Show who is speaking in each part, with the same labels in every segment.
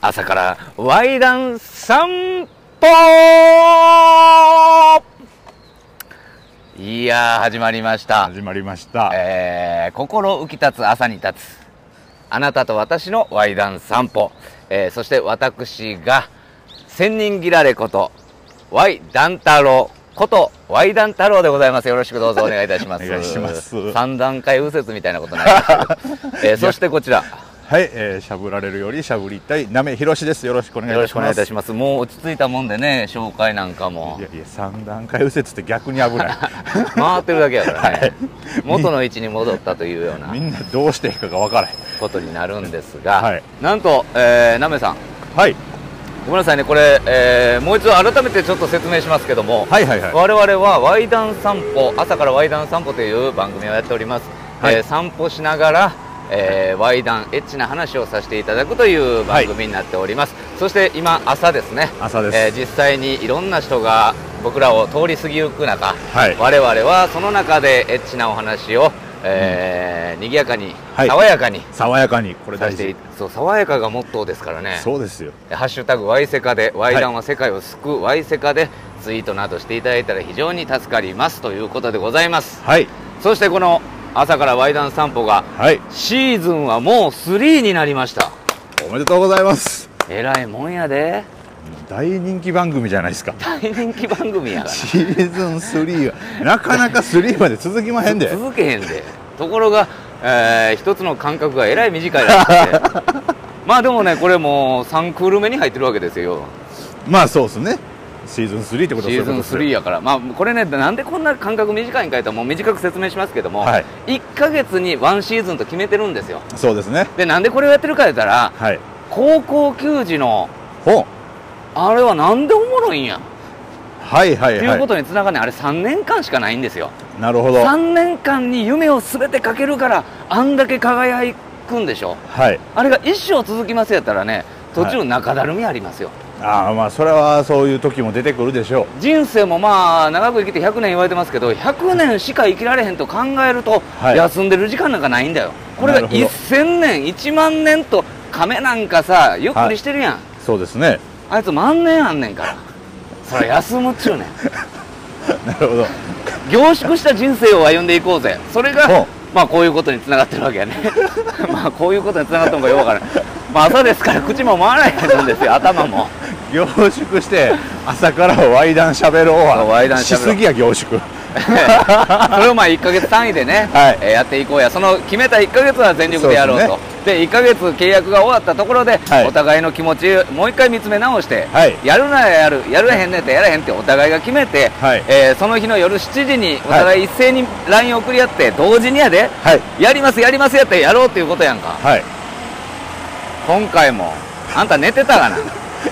Speaker 1: 朝からワイダン散歩いやー始まりました、
Speaker 2: 始まりました、
Speaker 1: えー心浮き立つ朝に立つあなたと私のワイダン散歩、えーそして私が千人切られことワイダン太郎ことワイダン太郎でございますよろしくどうぞお願いいたします
Speaker 2: お願いします
Speaker 1: 三段階右折みたいなことになりますけど、えーそしてこちら
Speaker 2: はい、えーしゃぶられるよりしゃぶりたいなめひろしですよろしくお願いい
Speaker 1: よろ
Speaker 2: た
Speaker 1: し
Speaker 2: し
Speaker 1: くお願い
Speaker 2: ま
Speaker 1: いた
Speaker 2: す
Speaker 1: します。もう落ち着いたもんでね、紹介なんかも
Speaker 2: い。やいや三段階右折って逆に危 ない
Speaker 1: 回ってるだけやからね。元の位置に戻ったというような
Speaker 2: みんなどうしていいかが分からへん
Speaker 1: ことになるんですが、
Speaker 2: はい
Speaker 1: なんと、えー、ナメさん、
Speaker 2: はい
Speaker 1: ごめんなさいね、これ、えーもう一度改めてちょっと説明しますけども、
Speaker 2: はいはいはい
Speaker 1: 我々はワイダン散歩、朝からワイダン散歩という番組をやっております。
Speaker 2: はい
Speaker 1: えー散歩しながら、えーワイダンエッチな話をさせていただくという番組になっております。そして今、朝ですね。
Speaker 2: 朝です、
Speaker 1: えー実際にいろんな人が僕らを通り過ぎゆく中、
Speaker 2: はい
Speaker 1: 我々はその中でエッチなお話を、えー賑やかに、
Speaker 2: はい
Speaker 1: 爽やかに
Speaker 2: 爽やかにこれ
Speaker 1: さ
Speaker 2: 大
Speaker 1: せてい
Speaker 2: 事
Speaker 1: そう爽やかがモットーですからね
Speaker 2: そうですよ
Speaker 1: 「ハッシュタグワイセカで」「ワイダンは世界を救うワイセカで」ツイートなどしていただいたら非常に助かりますということでございます
Speaker 2: はい
Speaker 1: そしてこの「朝からワイダン散歩」が
Speaker 2: はい
Speaker 1: シーズンはもう3になりました
Speaker 2: おめでとうございます
Speaker 1: えらいもんやで
Speaker 2: 大人気番組じゃないですか
Speaker 1: 大人気番組やから
Speaker 2: シーズン3はなかなか3まで続きまへんで
Speaker 1: 続けへんでところが、えー一つの間隔がえらい短いらしくてまあでもねこれもう3クール目に入ってるわけですよ
Speaker 2: まあそうですねシーズン3ってことは
Speaker 1: シーズン
Speaker 2: そうい
Speaker 1: 3
Speaker 2: う
Speaker 1: やからまあこれねなんでこんな間隔短いんかいともう短く説明しますけども、
Speaker 2: はい
Speaker 1: 1ヶ月に1シーズンと決めてるんですよ
Speaker 2: ことですよそうですね
Speaker 1: でなんでこれをやってるか言ったら
Speaker 2: はい
Speaker 1: 高校球児の
Speaker 2: ほう
Speaker 1: あれはなんでおもろいんや、
Speaker 2: はいはい
Speaker 1: っていうこ
Speaker 2: は
Speaker 1: とにつながるねあれ3年間しかないんですよ
Speaker 2: いなるほどは
Speaker 1: 3年間に夢を全てかけるからあんだけ輝くんでしょ
Speaker 2: い
Speaker 1: あれが一生続きますやったらね途中中だるみありますよ、
Speaker 2: ああまあそれはそういう時も出てくるでしょ
Speaker 1: 人生もまあ長く生きて100年言われてますけど100年しか生きられへんと考えると、
Speaker 2: はい
Speaker 1: 休んでる時間なんかないんだよこれ
Speaker 2: な
Speaker 1: が
Speaker 2: るほど
Speaker 1: 1000年1万年と亀なんかさゆっくりしてるやん、
Speaker 2: うそうですね
Speaker 1: あいつ万年あんねんからそれ休むっちゅうねん
Speaker 2: なるほど
Speaker 1: 凝縮した人生を歩んでいこうぜそれ
Speaker 2: ほ
Speaker 1: が
Speaker 2: う
Speaker 1: まあこういうことにつながってるわけやね まあこういうことにつながったのかよくわからない、まあ、朝ですから口も回らへんんですよ頭も
Speaker 2: 凝縮して朝からワイダンしゃべろうは
Speaker 1: ワイダンしゃ
Speaker 2: し
Speaker 1: べろう
Speaker 2: すぎや凝縮
Speaker 1: それをまあ1か月単位でね、
Speaker 2: はい
Speaker 1: えーやっていこうやその決めた1か月は全力でやろうと
Speaker 2: そう
Speaker 1: で,、1か月契約が終わったところで、
Speaker 2: はい
Speaker 1: お互いの気持ちもう一回見つめ直して、
Speaker 2: はい
Speaker 1: やるならやるやらへんねってやらへんってお互いが決めて、
Speaker 2: はい
Speaker 1: えーその日の夜7時にお互い一斉に LINE 送り合って同時にやで、
Speaker 2: はい
Speaker 1: やりますやりますやってやろうっていうことやんか
Speaker 2: はい
Speaker 1: 今回もあんた寝てた がない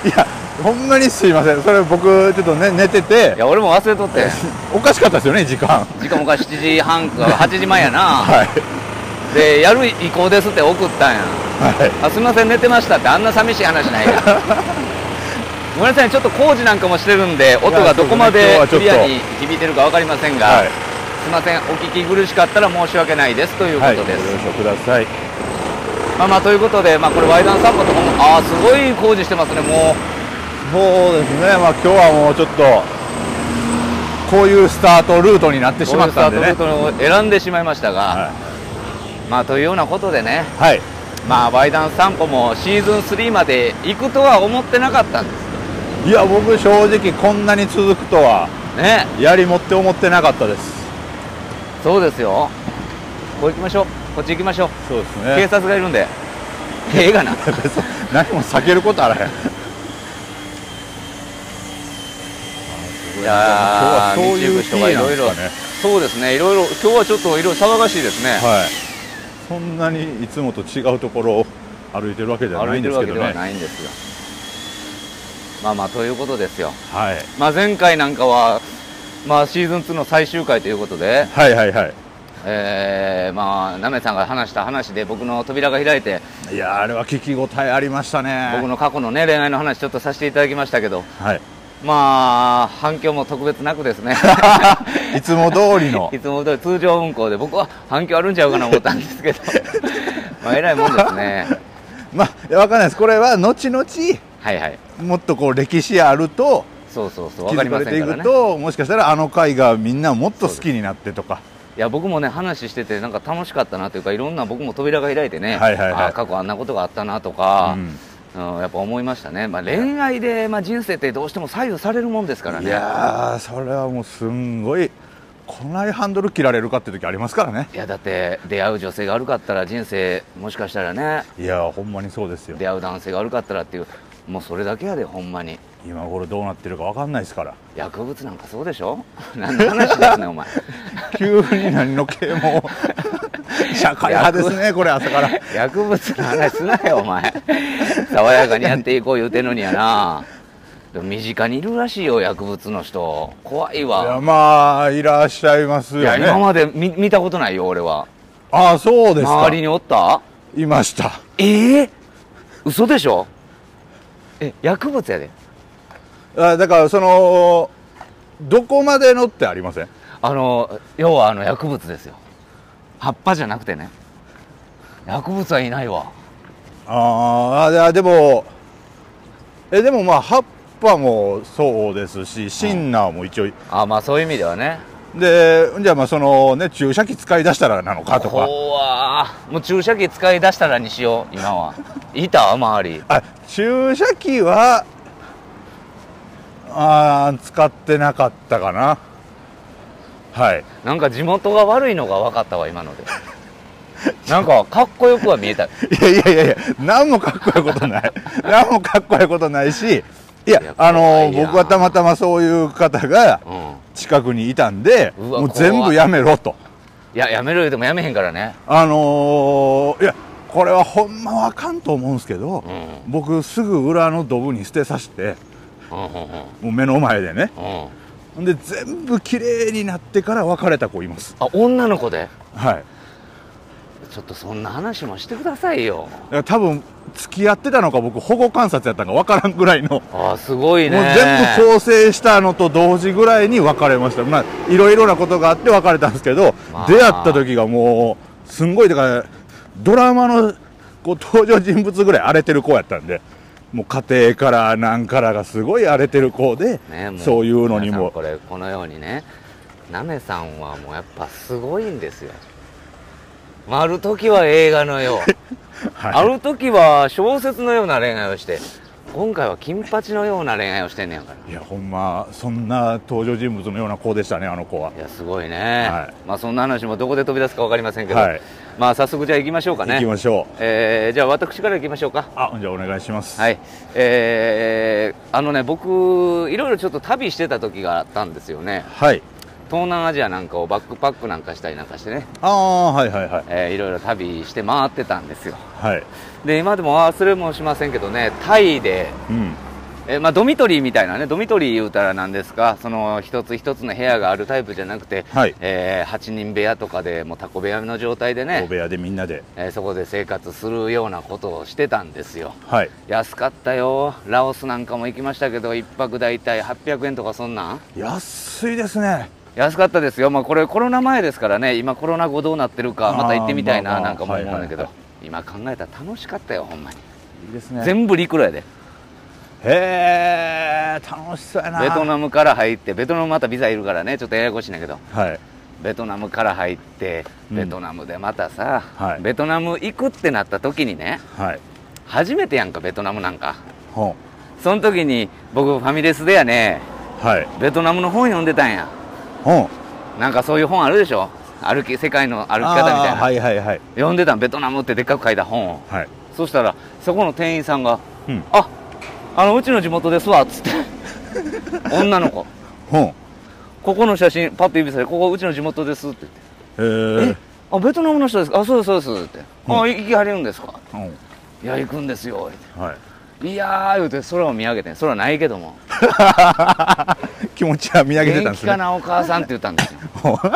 Speaker 2: いやほんまにすいませんそれ僕ちょっとね寝てて
Speaker 1: や俺も忘れとって
Speaker 2: おかしかったですよね時間
Speaker 1: 時間もか7時半か8時前やな、
Speaker 2: はい
Speaker 1: でやる意向ですって送ったんや
Speaker 2: はい
Speaker 1: あすみません寝てましたってあんな寂しい話 ないやごめんなさいちょっと工事なんかもしてるんで音がどこまで
Speaker 2: いやそ
Speaker 1: ク
Speaker 2: うですね
Speaker 1: リアに響いてるか分かりませんが、
Speaker 2: はい
Speaker 1: すいませんお聞き苦しかったら申し訳ないですというこ
Speaker 2: はい
Speaker 1: と
Speaker 2: ご
Speaker 1: です、
Speaker 2: 了承ください
Speaker 1: まあまあということで、まあ、これワイダン散歩とかもああすごい工事してますねも
Speaker 2: そうですねまあ今日はもうちょっとこういうスタートルートになって
Speaker 1: う
Speaker 2: しまったんでね
Speaker 1: こういうスタートルートを選んでしまいましたが、
Speaker 2: は
Speaker 1: まあというようなことでね
Speaker 2: い、はい、
Speaker 1: まあワイダン散歩もシーズン3まで行くとは思ってなかったんです
Speaker 2: いや僕正直こんなに続くとは
Speaker 1: ね
Speaker 2: やりもって思ってなかったです
Speaker 1: そうですよこう行きましょうこっち行きましょう
Speaker 2: そうです
Speaker 1: 警察がいるんでええがな
Speaker 2: 何も避けることあらへん
Speaker 1: いやー
Speaker 2: 今日はそう
Speaker 1: 道
Speaker 2: いう
Speaker 1: 行く人がいろいろ
Speaker 2: 日なんです
Speaker 1: そうですねいろいろ今日はちょっといろいろ騒がしいですね、
Speaker 2: はいそんなにいつもと違うところを歩いてるわけではな
Speaker 1: 歩
Speaker 2: い
Speaker 1: い
Speaker 2: ん
Speaker 1: てる
Speaker 2: です
Speaker 1: わ
Speaker 2: け
Speaker 1: け
Speaker 2: ど
Speaker 1: で
Speaker 2: ね
Speaker 1: はないんですよまあまあということですよ、
Speaker 2: はい、
Speaker 1: まあ、前回なんかはまあシーズン2の最終回ということで、
Speaker 2: はいはいは
Speaker 1: えー、まあなめさんが話した話で僕の扉が開いて
Speaker 2: いいやーあれは聞き応えありましたね
Speaker 1: 僕の過去のね恋愛の話ちょっとさせていただきましたけど
Speaker 2: はい
Speaker 1: まあ反響も特別なくですね
Speaker 2: いつも通りの
Speaker 1: いつも通り通 常運行で僕は反響あるんちゃうかな思ったんですけどまあえらいもんですね
Speaker 2: まあいやわかんないですこれは後々
Speaker 1: はいはい
Speaker 2: もっとこう歴史あると
Speaker 1: そうそうそう
Speaker 2: 気
Speaker 1: 分かり
Speaker 2: づ
Speaker 1: ま
Speaker 2: かれ
Speaker 1: せ
Speaker 2: てい
Speaker 1: んか
Speaker 2: く
Speaker 1: らね
Speaker 2: と、もしかしたらあの絵がみんなもっと好きになってとか
Speaker 1: いや僕もね話しててなんか楽しかったなというかいろんな僕も扉が開いてね、
Speaker 2: はいはいはい
Speaker 1: あ過去あんなことがあったなとか
Speaker 2: う、ん
Speaker 1: うんやっぱ思いましたね、まあ、恋愛で、まあ、人生ってどうしても左右されるもんですから
Speaker 2: い
Speaker 1: ね
Speaker 2: やーそれはもうすんごいこないハンドル切られるかって時ありますからね
Speaker 1: いやだって出会う女性が悪かったら人生もしかしたらね
Speaker 2: いやーほんまにそうですよ
Speaker 1: 出会う男性が悪かったらっていうもうそれだけやでほんまに
Speaker 2: 今頃どうなってるかわかんないですから
Speaker 1: 薬物なんかそうでしょ 何の話ですねお前
Speaker 2: 急に何の啓蒙 社会派ですねこれ朝から
Speaker 1: 薬物の話すなよお前爽やかにやっていこう言うてんのにやなでも身近にいるらしいよ薬物の人怖い
Speaker 2: いや
Speaker 1: わ
Speaker 2: まあいらっしゃいます
Speaker 1: い
Speaker 2: よ
Speaker 1: や
Speaker 2: ね
Speaker 1: 今まで見見たことないよ俺は
Speaker 2: ああそうですか
Speaker 1: 周りにおった
Speaker 2: いました
Speaker 1: ええ嘘でしょえ薬物やで
Speaker 2: あだからそのどこまでのってありません
Speaker 1: あの要はあの薬物ですよ葉っぱじゃなくてね薬物はいないわ
Speaker 2: あーあいやでもえでもまあ葉っぱもそうですしシンナーも一応、
Speaker 1: あまあそういう意味ではね
Speaker 2: でじゃあまあそのね注射器使い出したらなのかとか
Speaker 1: 怖ーもう注射器使い出したらにしよう今はいた周り
Speaker 2: あ注射器はあー使ってなかったかなはい
Speaker 1: なんか地元が悪いのが分かったわ今の でなんかかっこよくは見えた
Speaker 2: いやいやいやいや何もかっこいいことない 何もかっこいいことないしいや
Speaker 1: いや怖
Speaker 2: あの
Speaker 1: いな
Speaker 2: 僕はたまたまそういう方が
Speaker 1: うん
Speaker 2: 近くにいたんで
Speaker 1: うわ
Speaker 2: もう
Speaker 1: 怖い
Speaker 2: 全部やめろと
Speaker 1: いややめろ言うてもやめへんからね
Speaker 2: あのーいやこれはほんまはあかんと思うんですけど、
Speaker 1: うん
Speaker 2: 僕すぐ裏のドブに捨てさせて
Speaker 1: うんうんうん
Speaker 2: もう目の前でね
Speaker 1: うん
Speaker 2: ほんで全部綺麗になってから別れた子います
Speaker 1: あ女の子で
Speaker 2: はい
Speaker 1: ちょっとそんな話もしてくださいよ
Speaker 2: だから多分付き合ってたのか僕保護観察やったのか分からんぐらいの
Speaker 1: あすごいね
Speaker 2: もう全部構成したのと同時ぐらいに別れました、まあ、いろいろなことがあって別れたんですけど、
Speaker 1: まあ
Speaker 2: 出会った時がもう、すんごい、だから、ドラマのこう登場人物ぐらい荒れてる子やったんで、もう家庭からなんからがすごい荒れてる子で、
Speaker 1: ね、も
Speaker 2: そういうのに
Speaker 1: 皆さん
Speaker 2: も、
Speaker 1: これこのようにねなめさんはもうやっぱすごいんですよある時は映画のようあ
Speaker 2: はい、
Speaker 1: る時は小説のような恋愛をして今回は金八のような恋愛をしてんねやか
Speaker 2: いや、ほんま、そんな登場人物のような子でしたね、あの子は
Speaker 1: らい。やすごいね、
Speaker 2: はい
Speaker 1: まあそんな話もどこで飛び出すか分かりませんけど、
Speaker 2: はい
Speaker 1: まあ早速じゃあ行きましょうかね
Speaker 2: 行きましょう。
Speaker 1: えーじゃあ私から行きましょうか
Speaker 2: あ、じゃあお願いします。
Speaker 1: はいえーあのね僕いろいろちょっと旅してた時があったんですよね
Speaker 2: はい。
Speaker 1: 東南アジアなんかをバックパックなんかしたりなんかしてね、
Speaker 2: ああ、はいはいはい。
Speaker 1: えーいろいろ旅して回ってたんですよ
Speaker 2: はい。
Speaker 1: で今でも忘れもしませんけどねタイで、
Speaker 2: うん。
Speaker 1: えーまあ、ドミトリーみたいなねドミトリー言うたらなんですかその一つ一つの部屋があるタイプじゃなくて、
Speaker 2: はい
Speaker 1: え8人部屋とかでもうタコ部屋の状態で
Speaker 2: 大
Speaker 1: ね
Speaker 2: 部、屋でみんなで。
Speaker 1: えーそこで生活するようなことをしてたんですよ
Speaker 2: はい。
Speaker 1: 安かったよラオスなんかも行きましたけど1泊大体800円とかそんなん
Speaker 2: 安いですね
Speaker 1: 安かったですよ、まあ、これコロナ前ですからね今コロナ後どうなってるか
Speaker 2: あー
Speaker 1: また行ってみたいな、
Speaker 2: まあまあ
Speaker 1: なんかも思うんだけど、
Speaker 2: はい
Speaker 1: 今考えたら楽しかったよほんまに、
Speaker 2: いいですね
Speaker 1: 全部陸路やで
Speaker 2: へえ楽しそうやな
Speaker 1: ベトナムから入ってベトナムまたビザいるからねちょっとややこしいんだけど
Speaker 2: はい
Speaker 1: ベトナムから入って
Speaker 2: うん
Speaker 1: ベトナムでまたさ、
Speaker 2: はい
Speaker 1: ベトナム行くってなった時にね
Speaker 2: はい
Speaker 1: 初めてやんかベトナムなんか
Speaker 2: ほん
Speaker 1: その時に僕ファミレスでやね
Speaker 2: はい
Speaker 1: ベトナムの本読んでたんや
Speaker 2: ほん
Speaker 1: なんかそういう本あるでしょ歩き世界の歩き方みたいな、
Speaker 2: あーはいはいはい
Speaker 1: 読んでたんベトナムってでっかく書いた本を
Speaker 2: はい
Speaker 1: そしたらそこの店員さんが「
Speaker 2: うん
Speaker 1: ああのうちの地元ですわ」っつって 女の子
Speaker 2: ほんへ
Speaker 1: 「ここの写真パッと指さしてここうちの地元です」って言って
Speaker 2: えー
Speaker 1: 「あベトナムの人ですかあそうですそうです」って「
Speaker 2: うん
Speaker 1: あ行きはれるんですか?」
Speaker 2: ほん
Speaker 1: 「いや行くんですよ」言
Speaker 2: は
Speaker 1: うていやー」言うて空を見上げて空ないけども
Speaker 2: い気持ちは
Speaker 1: 「
Speaker 2: 見上げて
Speaker 1: 元
Speaker 2: たん
Speaker 1: 気
Speaker 2: です
Speaker 1: か
Speaker 2: ね
Speaker 1: なお母さん」って言ったんです よ
Speaker 2: ほん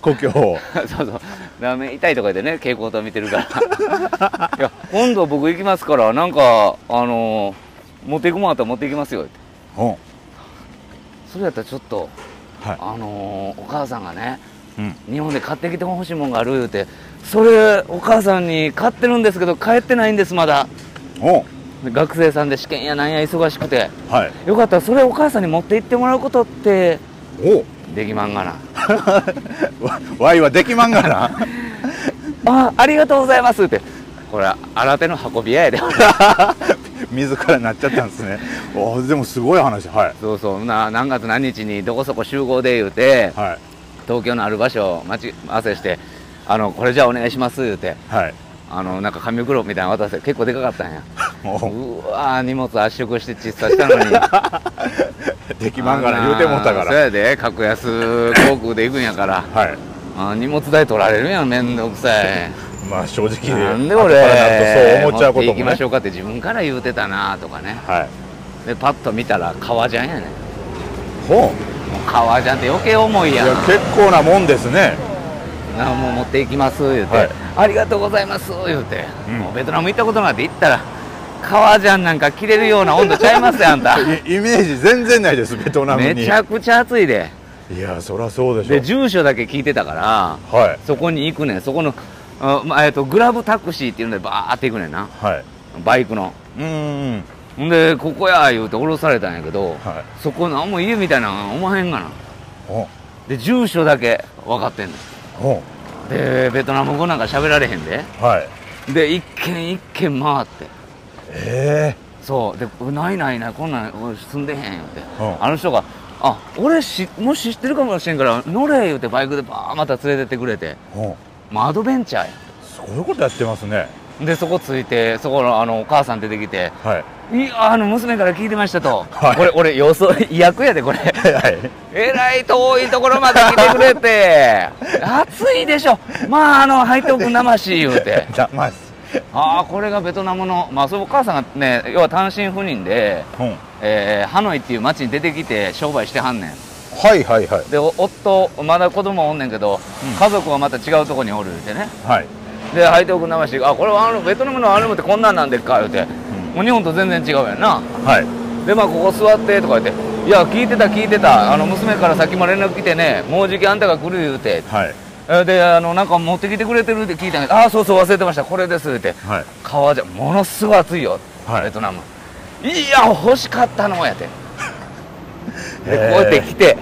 Speaker 2: 故郷を
Speaker 1: そうそうラーメン痛いとかでね蛍光灯見てるから いや今度僕行きますからなんかあのー持っていくもんあったら持っていきますよ言うて
Speaker 2: ほん
Speaker 1: それやったらちょっと
Speaker 2: は
Speaker 1: あのーお母さんがね
Speaker 2: いうん
Speaker 1: 日本で買ってきてほしいもんがある言うてそれお母さんに買ってるんですけど帰ってないんですまだ
Speaker 2: おう
Speaker 1: 学生さんで試験やなんや忙しくて
Speaker 2: はい
Speaker 1: よかったらそれお母さんに持って行ってもらうことって
Speaker 2: おう
Speaker 1: できまんがな
Speaker 2: わわいはできまんがな
Speaker 1: あありがとうございますってこれ新手の運び屋 やで
Speaker 2: 自らなっちゃったんですねおでもすごい話はい
Speaker 1: そうそうな何月何日にどこそこ集合で言うて
Speaker 2: はい
Speaker 1: 東京のある場所を待ち合わせしてあのこれじゃあお願いします言うて
Speaker 2: はい
Speaker 1: あのなんか紙袋みたいなの渡せ結構でかかったんや
Speaker 2: も
Speaker 1: うわー荷物圧縮して小さ したのに
Speaker 2: うできまんがな言うてもったか
Speaker 1: あーそう
Speaker 2: ら
Speaker 1: やで格安航空で行くんやから
Speaker 2: はい
Speaker 1: あー荷物代取られるやん面倒くさい
Speaker 2: まあ正直
Speaker 1: なんで
Speaker 2: 後
Speaker 1: 俺
Speaker 2: からなるとそう思っちゃう
Speaker 1: 持
Speaker 2: ことも
Speaker 1: ってい
Speaker 2: ね
Speaker 1: きましょうかって自分から言うてたなとかね
Speaker 2: はい
Speaker 1: でパッと見たら革ジャンやね
Speaker 2: ほう
Speaker 1: もう革ジャンって余計重い
Speaker 2: い
Speaker 1: や
Speaker 2: や
Speaker 1: ん
Speaker 2: 結構なもんですね
Speaker 1: なもう持っていきます言うて、
Speaker 2: はい
Speaker 1: ありがとうございます言うて、
Speaker 2: うん
Speaker 1: もうベトナム行ったことなんて行ったら革ジャンなんか着れるような温度ちゃいますよあんた
Speaker 2: いイメージ全然ないですベトナムに
Speaker 1: めちゃくちゃ暑いで
Speaker 2: いやそりゃそうでしょ
Speaker 1: で住所だけ聞いてたから
Speaker 2: はい
Speaker 1: そこに行くねんそこのあ、まあえっとグラブタクシーっていうのでバーって行くねんな
Speaker 2: はい
Speaker 1: バイクの
Speaker 2: うーん
Speaker 1: ほんでここや言うて降ろされたんやけど、
Speaker 2: はい
Speaker 1: そこなんも家みたいなの思わへんがな
Speaker 2: ほう
Speaker 1: で住所だけ分かってんね
Speaker 2: ほ
Speaker 1: んでベトナム語なんか喋られへんで
Speaker 2: うはい
Speaker 1: で一軒一軒回って
Speaker 2: え
Speaker 1: そうで「ないないないこんなん俺住んでへん」言うて、
Speaker 2: うん
Speaker 1: あの人が「あ俺しもし知ってるかもしれんから乗れ」言うてバイクでバーまた連れてってくれて
Speaker 2: えほ
Speaker 1: もうアドベンチャーや
Speaker 2: うすごいことやってますね
Speaker 1: でそこ着いてそこのあのお母さん出てきて
Speaker 2: はい
Speaker 1: 「いやあの娘から聞いてましたと」
Speaker 2: はい
Speaker 1: これ俺予想 違約やでこれ
Speaker 2: はい
Speaker 1: えらい遠いところまで来てくれて 暑いでしょまああの背徳生し言うて
Speaker 2: だまず
Speaker 1: ああこれがベトナムのまあそれお母さんがね要は単身赴任で
Speaker 2: うん
Speaker 1: えーハノイっていう町に出てきて商売してはんねん
Speaker 2: はいはいはい
Speaker 1: でお夫まだ子供おんねんけど、家族はまた違うとこにおるってね
Speaker 2: はい
Speaker 1: でハイトーク流して「あこれはあのベトナムのアルムってこんなんなんでっか」言うて、もう日本と全然違うやんな
Speaker 2: はい
Speaker 1: でまあここ座ってとか言って「いや聞いてた聞いてたあの娘からさっきも連絡来てねもうじきあんたが来る言うて
Speaker 2: はい
Speaker 1: えーであのなんか持ってきてくれてるって聞いたんやけどああそうそう忘れてましたこれです」言うて
Speaker 2: はい
Speaker 1: 革じゃものすごい暑いよ、
Speaker 2: はい
Speaker 1: ベトナムいや欲しかったのやてで
Speaker 2: へー
Speaker 1: こうやって来て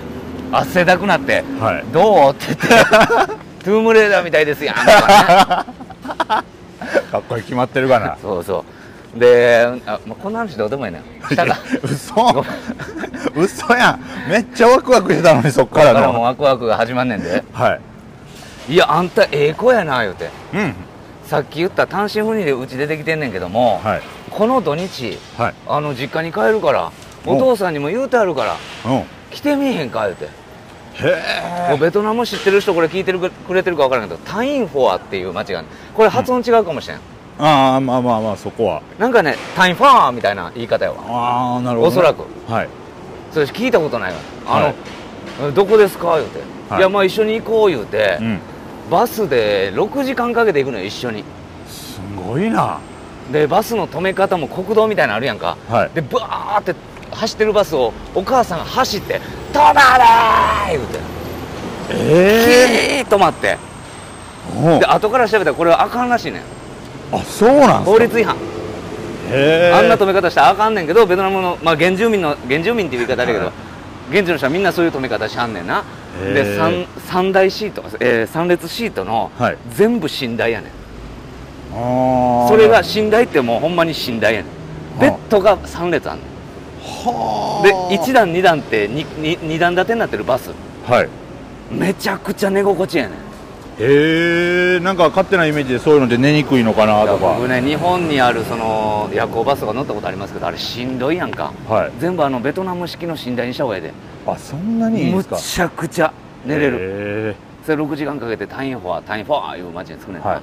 Speaker 1: 汗だくなって「
Speaker 2: はい
Speaker 1: どう?」って言っ て「トゥームレーダーみたいですやん」とかね
Speaker 2: かっこいい決まってるか な
Speaker 1: そうそうであ、まあ、こんな話どうでもいいなしたかご
Speaker 2: 嘘
Speaker 1: めん
Speaker 2: 嘘やんめっちゃワクワクしてたのにそっか
Speaker 1: だか
Speaker 2: ら
Speaker 1: らもう
Speaker 2: の
Speaker 1: ワクワクが始まんねんで
Speaker 2: は
Speaker 1: 「
Speaker 2: い
Speaker 1: いやあんたええ子やな」言うて
Speaker 2: うん
Speaker 1: さっき言った単身赴任でうち出てきてんねんけども、
Speaker 2: はい
Speaker 1: この土日
Speaker 2: はい
Speaker 1: あの実家に帰るからお父さんにも言うてあるから
Speaker 2: うん
Speaker 1: 来てみいへんか言うて
Speaker 2: へえ
Speaker 1: もうベトナム知ってる人これ聞いてるくれてるか分からんけどタインフォアっていう街があるこれ発音違うかもしれん、
Speaker 2: ああまあまあまあそこは
Speaker 1: なんかねタインフォアみたいな言い方やわ
Speaker 2: ああなるほど
Speaker 1: おそらく
Speaker 2: はい
Speaker 1: それ聞いたことないわあの
Speaker 2: は、
Speaker 1: どこですか言うて、
Speaker 2: はい
Speaker 1: い、やまあ一緒に行こう言うて、
Speaker 2: うん
Speaker 1: バスで6時間かけて行くのよ一緒に
Speaker 2: すごいな
Speaker 1: でバスの止め方も国道みたいなのあるやんか
Speaker 2: はい
Speaker 1: でバーって走ってるバスをお母さんが走って「止まれー!」言うて
Speaker 2: ええ
Speaker 1: キーッ止まって
Speaker 2: うん
Speaker 1: で後から調べたらこれはあかんらしいねん
Speaker 2: あそうなんす
Speaker 1: 法
Speaker 2: か
Speaker 1: 律違反
Speaker 2: へえ
Speaker 1: あんな止め方したらあかんねんけどベトナムの、まあ、原住民の原住民っていう言い方あれやけ
Speaker 2: は
Speaker 1: ど現地の人はみんなそういう止め方しはんねんな
Speaker 2: へー
Speaker 1: で 3, 三大シート、えー、3列シートの
Speaker 2: はい
Speaker 1: 全部寝台やねん、
Speaker 2: あー
Speaker 1: それが寝台ってもうほんまに寝台やねんベッドが3列あんねん
Speaker 2: は
Speaker 1: で
Speaker 2: あ
Speaker 1: 1段2段って 2, 段建てになってるバス
Speaker 2: はい
Speaker 1: めちゃくちゃ寝心地やねん
Speaker 2: へえんか勝手なイメージでそういうので寝にくいのかなとか
Speaker 1: 僕ね日本にあるその夜行バスとか乗ったことありますけどあれしんどいやんか
Speaker 2: はい
Speaker 1: 全部あのベトナム式の寝台にした方がええで
Speaker 2: あそんなにいいんで
Speaker 1: む
Speaker 2: すか
Speaker 1: ちゃくちゃ寝れる
Speaker 2: る
Speaker 1: それ6時間かけてタインフォアタインフォアいう街に着くねんな、
Speaker 2: はい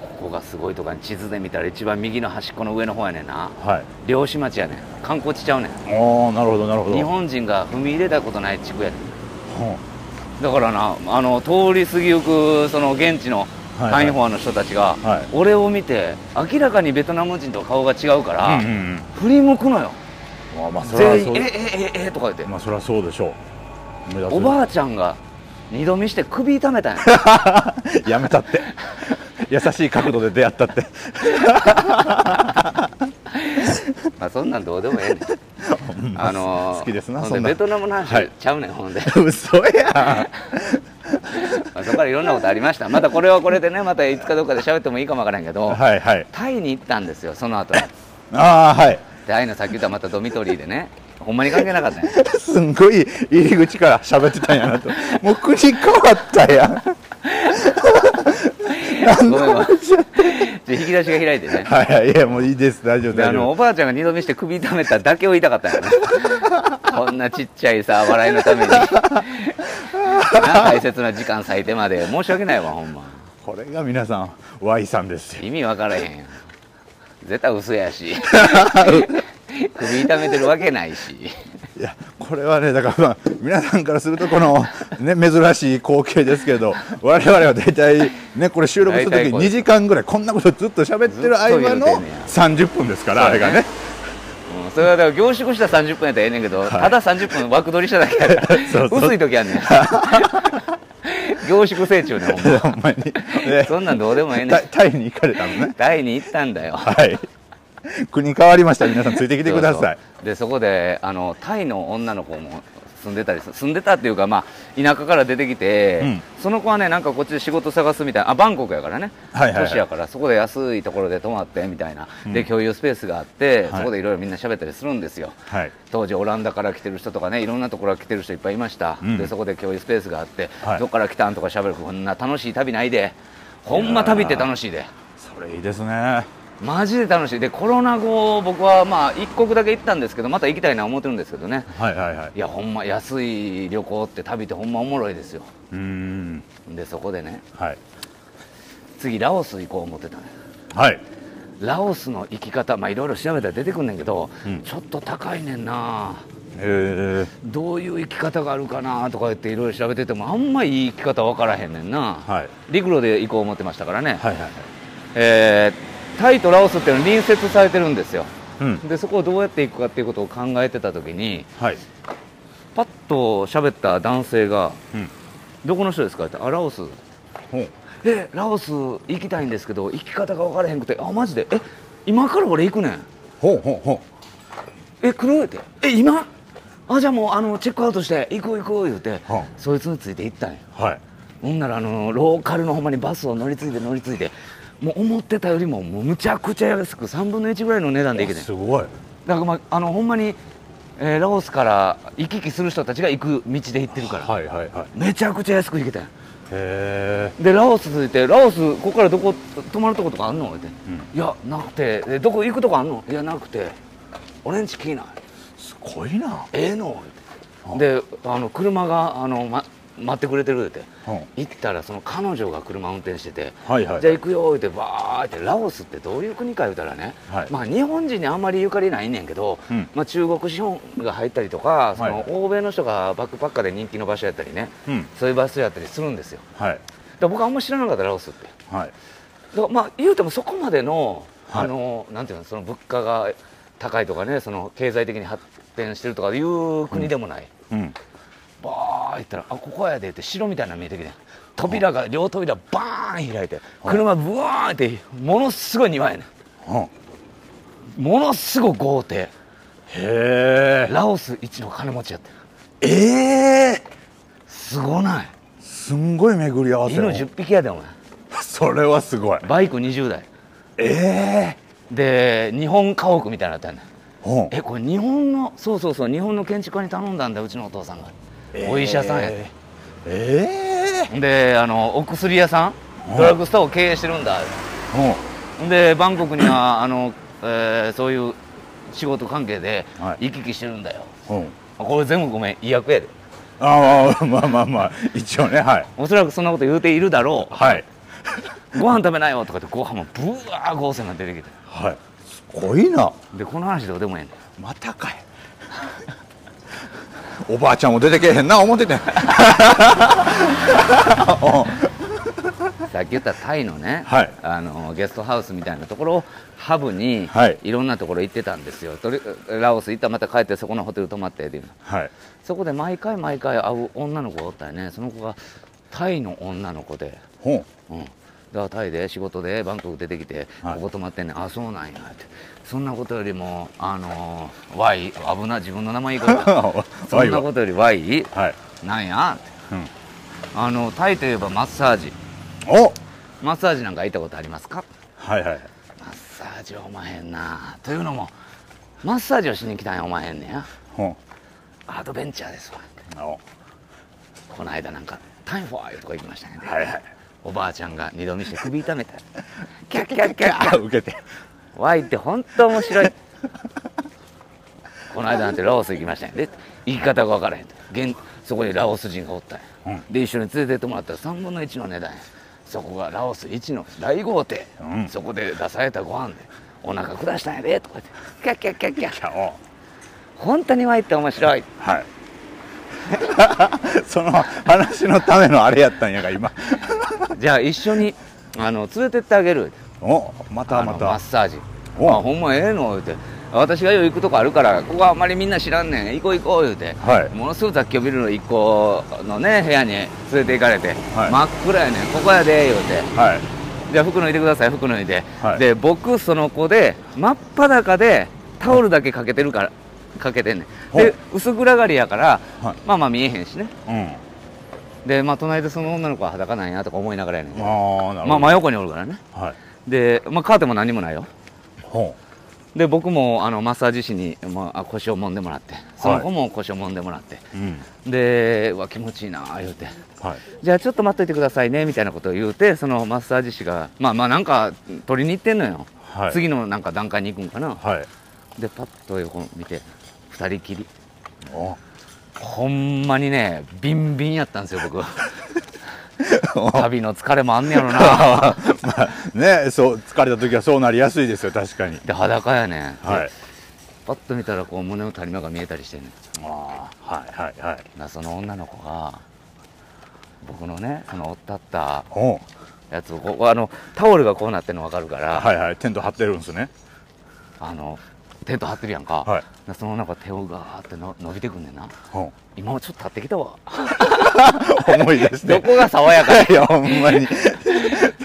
Speaker 1: ここがすごいとかに地図で見たら一番右の端っこの上の方やねんな
Speaker 2: はい
Speaker 1: 漁師町やねん観光地ちゃうねん
Speaker 2: ああなるほどなるほど
Speaker 1: 日本人が踏み入れたことない地区やね
Speaker 2: うん
Speaker 1: んだからなあの通り過ぎゆくその現地の
Speaker 2: はいはい
Speaker 1: タインフォアの人たちが、
Speaker 2: はい
Speaker 1: 俺を見て明らかにベトナム人と顔が違うから、
Speaker 2: うんうん
Speaker 1: 振り向くのよ
Speaker 2: うんまあまあそれは
Speaker 1: 全
Speaker 2: そ
Speaker 1: 員「
Speaker 2: う
Speaker 1: えええええとか言って、
Speaker 2: まあそりゃそうでしょう目立つ
Speaker 1: おばあちゃんが二度見して首痛めたんや
Speaker 2: やめたって優しい角度で出会ったって
Speaker 1: まあそんなんどうでもええねん あのー
Speaker 2: 好きですな
Speaker 1: ほん
Speaker 2: そ
Speaker 1: で
Speaker 2: んな
Speaker 1: ベトナムの
Speaker 2: は
Speaker 1: 話
Speaker 2: い
Speaker 1: ちゃうねんほんで
Speaker 2: 嘘や
Speaker 1: まあそこからいろんなことありましたまたこれはこれでねまたいつかどっかで喋ってもいいかもわからんけ
Speaker 2: ん
Speaker 1: ど
Speaker 2: はいはい
Speaker 1: タイに行ったんですよその後に
Speaker 2: ああはい
Speaker 1: でああいうのさっき言ったまたドミトリーでねほんまに関係なかったね
Speaker 2: すんごい入り口から喋ってたんや なともう国変わったやん何
Speaker 1: ご
Speaker 2: の
Speaker 1: めんごめん
Speaker 2: 話や
Speaker 1: で引き出しが開いてね
Speaker 2: はいはいいやもういいです大丈夫
Speaker 1: で
Speaker 2: 大
Speaker 1: あの
Speaker 2: 丈
Speaker 1: おばあちゃんが二度見して首痛めただけを言いたかったんよねこんなちっちゃいさ笑いのためにな大切な時間割いてまで申し訳ないわほんま
Speaker 2: 夫これが皆さん Y さんですよ
Speaker 1: 意味分からへんやん絶対嘘や し首痛めてるわけないし
Speaker 2: いやこれはねだから、まあ、皆さんからするとこの、ね、珍しい光景ですけど我々は大体ねこれ収録する
Speaker 1: 大体
Speaker 2: 時
Speaker 1: こう
Speaker 2: 2時間ぐらいこんなことずっと喋ってる合間の
Speaker 1: ずっと言うてんねや
Speaker 2: 30分ですからあ
Speaker 1: そう
Speaker 2: れ
Speaker 1: や
Speaker 2: が
Speaker 1: ね
Speaker 2: ね
Speaker 1: うんそれはだから凝縮した30分やったらええねんけど、ただ30分枠取りしただけやから
Speaker 2: そうそう
Speaker 1: 薄い時あんね ん凝縮成長ねほん ま
Speaker 2: ほんまにで
Speaker 1: そんなんどうでもええね
Speaker 2: タ
Speaker 1: ん
Speaker 2: イタイに行かれたのね
Speaker 1: タイに行ったんだよ
Speaker 2: はい国変わりました皆さんついてきてくださ
Speaker 1: そ
Speaker 2: い
Speaker 1: うそうでそこであのタイの女の子も住んでたりす住んでたっていうか、まあ、田舎から出てきて、
Speaker 2: うん
Speaker 1: その子はねなんかこっちで仕事探すみたいなあバンコクやからね、
Speaker 2: はいはいはい
Speaker 1: 都市やからそこで安いところで泊まってみたいな、で共有スペースがあって、
Speaker 2: はい
Speaker 1: そこでいろいろみんな喋ったりするんですよ
Speaker 2: はい
Speaker 1: 当時オランダから来てる人とかねいろんなところから来てる人いっぱいいました、
Speaker 2: うん
Speaker 1: でそこで共有スペースがあって、
Speaker 2: はい
Speaker 1: どっから来たんとか喋るこんな楽しい旅ないでほんま旅って楽しいで。
Speaker 2: それいいですね
Speaker 1: マジで楽しいでコロナ後僕はまあ一国だけ行ったんですけどまた行きたいな思ってるんですけどね
Speaker 2: はいはいはい
Speaker 1: いやほんま安い旅行って旅ってほんまおもろいですよ
Speaker 2: うーん
Speaker 1: でそこでね
Speaker 2: はい
Speaker 1: 次ラオス行こう思ってたね
Speaker 2: はい
Speaker 1: ラオスの行き方まあいろいろ調べたら出てくんねんけど、
Speaker 2: うん
Speaker 1: ちょっと高いねんな
Speaker 2: えー、
Speaker 1: どういう行き方があるかなとか言っていろいろ調べててもあんまいい行き方わからへんねんな、
Speaker 2: はい
Speaker 1: 陸路で行こう思ってましたからね、
Speaker 2: はいはいはい
Speaker 1: えータイとラオスっていうのは隣接されてるんですよ
Speaker 2: うん
Speaker 1: でそこをどうやって行くかっていうことを考えてた時に
Speaker 2: はい
Speaker 1: パッと喋った男性が
Speaker 2: うん
Speaker 1: 「どこの人ですか?」って「あラオス」
Speaker 2: ほう
Speaker 1: 「えラオス行きたいんですけど行き方が分からへんくてあマジでえ今から俺行くねん
Speaker 2: ほうほうほ
Speaker 1: え来る?」って「え今あじゃあもうあのチェックアウトして行こう行こう」言うて、
Speaker 2: はあ
Speaker 1: そいつについて行ったんや
Speaker 2: うはい
Speaker 1: ほんならあのローカルのほんまにバスを乗り継いで乗り継いでもう思ってたよりももうむちゃくちゃ安く3分の1ぐらいの値段で行けてん
Speaker 2: すごい
Speaker 1: だから、まあ、あのほんまに、えーラオスから行き来する人たちが行く道で行ってるから、
Speaker 2: はいはいはい
Speaker 1: めちゃくちゃ安く行けたんや
Speaker 2: へ
Speaker 1: でラオス着いて「ラオスここからどこ泊まるとことかあんの?」って、いやなくてで「どこ行くとこあんの?」いやなくて「俺んち来いな
Speaker 2: えすごいな
Speaker 1: ええの?」ってであの車があの、ま、待ってくれてるって
Speaker 2: うん
Speaker 1: 行ったらその彼女が車運転してて「
Speaker 2: はいはい
Speaker 1: じゃあ行くよ」ってバーってラオスってどういう国か言うたらね、
Speaker 2: はい
Speaker 1: まあ日本人にあんまりゆかりないねんけど、
Speaker 2: うん
Speaker 1: まあ、中国資本が入ったりとかその
Speaker 2: はい
Speaker 1: 欧米の人がバックパッカーで人気の場所やったりね、
Speaker 2: うん
Speaker 1: そういう場所やったりするんですよ
Speaker 2: はい
Speaker 1: だから僕あんま知らなかったラオスって。
Speaker 2: はい
Speaker 1: だからまあ言うてもそこまでの,、
Speaker 2: はい
Speaker 1: あのなんていうのその物価が高いとかねその経済的に発展してるとかいう国でもない、
Speaker 2: うん
Speaker 1: バーッ行ったら「あここやで」って城みたいなの見えてきて扉が両扉バーン開いて車ブワーンってものすごい庭やね
Speaker 2: うんへ
Speaker 1: んものすごい豪邸
Speaker 2: え
Speaker 1: ラオス一の金持ちやって
Speaker 2: ええ
Speaker 1: すごない
Speaker 2: すんごい巡り合わせ
Speaker 1: 犬
Speaker 2: の
Speaker 1: 10匹やでお前
Speaker 2: それはすごい
Speaker 1: バイク20台
Speaker 2: ええ
Speaker 1: で日本家屋みたいなのやったんねん
Speaker 2: ほう
Speaker 1: えこれ日本のそうそうそう日本の建築家に頼んだんだうちのお父さんが、
Speaker 2: えー
Speaker 1: お医者さんやって
Speaker 2: ええ
Speaker 1: であのお薬屋さん
Speaker 2: はい
Speaker 1: ドラッグストアを経営してるんだ
Speaker 2: ほう
Speaker 1: でバンコクにはあの、えーそういう仕事関係で
Speaker 2: はい
Speaker 1: 行き来してるんだよ、
Speaker 2: ほう
Speaker 1: これ全部ごめん違約やで
Speaker 2: ああまあまあまあ一応ねはい
Speaker 1: おそらくそんなこと言うているだろ
Speaker 2: はい、
Speaker 1: うご飯食べないよとかってご飯もブワー豪勢が出てきて
Speaker 2: はい、すごいな
Speaker 1: でこの話どうでもええねん
Speaker 2: またかい おばあちゃんも出てけえへんな思ってて
Speaker 1: さっき言ったタイのね、
Speaker 2: はい
Speaker 1: あのゲストハウスみたいなところをハブに
Speaker 2: はい
Speaker 1: いろんなところ行ってたんですよ、とりラオス行ったらまた帰ってそこのホテル泊まってっていうの
Speaker 2: はい
Speaker 1: そこで毎回毎回会う女の子がおったよねその子がタイの女の子で、
Speaker 2: ほう
Speaker 1: うん、からタイで仕事でバンコク出てきて、
Speaker 2: はい
Speaker 1: ここ泊まってんねんあそうなんやってそんなことよりもあのー、Y 危な自分の名前いいから そんなことより Y
Speaker 2: はい、
Speaker 1: なんや
Speaker 2: うん、
Speaker 1: あのタイといえばマッサージ
Speaker 2: お
Speaker 1: マッサージなんか行ったことありますか
Speaker 2: はいはい
Speaker 1: マッサージはおまへんなというのもマッサージをしに来たんやおまへんねや
Speaker 2: ほ
Speaker 1: アドベンチャーですわ
Speaker 2: んお
Speaker 1: この間なんかタイフォーいうとこ行きましたね、
Speaker 2: はいはい
Speaker 1: おばあちゃんが二度見して首痛 めたキャッキャッキャッキャ
Speaker 2: あ受けて
Speaker 1: ワイって本当面白いこの間なんてラオス行きましたんやで言い方が分からへんと現そこにラオス人がおったんや、で一緒に連れてってもらったら3分の1の値段やそこがラオス一の大豪邸、
Speaker 2: うん
Speaker 1: そこで出されたご飯でお腹下したんやでとか言ってキャッキャッキャッキャッ
Speaker 2: あお
Speaker 1: 本当にワイって面白い
Speaker 2: はい その話のためのあれやったんやが今
Speaker 1: じゃあ一緒にあの連れてってあげる
Speaker 2: おまた
Speaker 1: あ
Speaker 2: ま
Speaker 1: のマ
Speaker 2: た
Speaker 1: ッサージ
Speaker 2: お
Speaker 1: あほんまええの言うて私がよう行くとこあるからここはあんまりみんな知らんねん行こう行こう言うて、
Speaker 2: はい
Speaker 1: ものすごい雑居ビルの一個のね部屋に連れて行かれて、
Speaker 2: はい
Speaker 1: 真っ暗やねんここやで言うて
Speaker 2: はい
Speaker 1: じゃあ服脱いでください服脱いで、
Speaker 2: はい
Speaker 1: で僕その子で真っ裸でタオルだけかけてるからかけてんねん
Speaker 2: ほう
Speaker 1: で薄暗がりやから、
Speaker 2: はい
Speaker 1: まあまあ見えへんしね
Speaker 2: うん
Speaker 1: でまあ隣でその女の子は裸なんやとか思いながらやねんけど
Speaker 2: ああなるほど
Speaker 1: まあ真横におるからね
Speaker 2: はい
Speaker 1: で、まあ、カーテンも何もないよ
Speaker 2: ほ
Speaker 1: で僕もあのマッサージ師に、まあ、腰を揉んでもらってその子も腰を揉んでもらって、
Speaker 2: ううん
Speaker 1: でうわ気持ちいいなあ言うて
Speaker 2: はい
Speaker 1: じゃあちょっと待っといてくださいねみたいなことを言うてそのマッサージ師がまあまあなんか取りに行ってんのよ、
Speaker 2: はい
Speaker 1: 次のなんか段階に行くんかな、
Speaker 2: はい
Speaker 1: でパッと横見て二人きり
Speaker 2: お
Speaker 1: ほんまにねビンビンやったんですよ 僕旅の疲れもあんねやろな
Speaker 2: あーまあねそう疲れた時はそうなりやすいですよ確かに
Speaker 1: で裸やねん、
Speaker 2: はい
Speaker 1: パッと見たらこう胸の谷間が見えたりしてんねん
Speaker 2: ああはいはいはい
Speaker 1: なその女の子が僕のねその追ったった
Speaker 2: お
Speaker 1: やつをこうあのタオルがこうなってるの分かるから、
Speaker 2: はいはいテント張ってるんですね
Speaker 1: あのテント張ってるやんか、
Speaker 2: はい
Speaker 1: なそのなんか手をガーっての伸びてくんねんな
Speaker 2: ほ
Speaker 1: 今もちょっと張ってきたわ
Speaker 2: う 重いで す
Speaker 1: ど
Speaker 2: ね
Speaker 1: こが爽やかや
Speaker 2: いやほんまに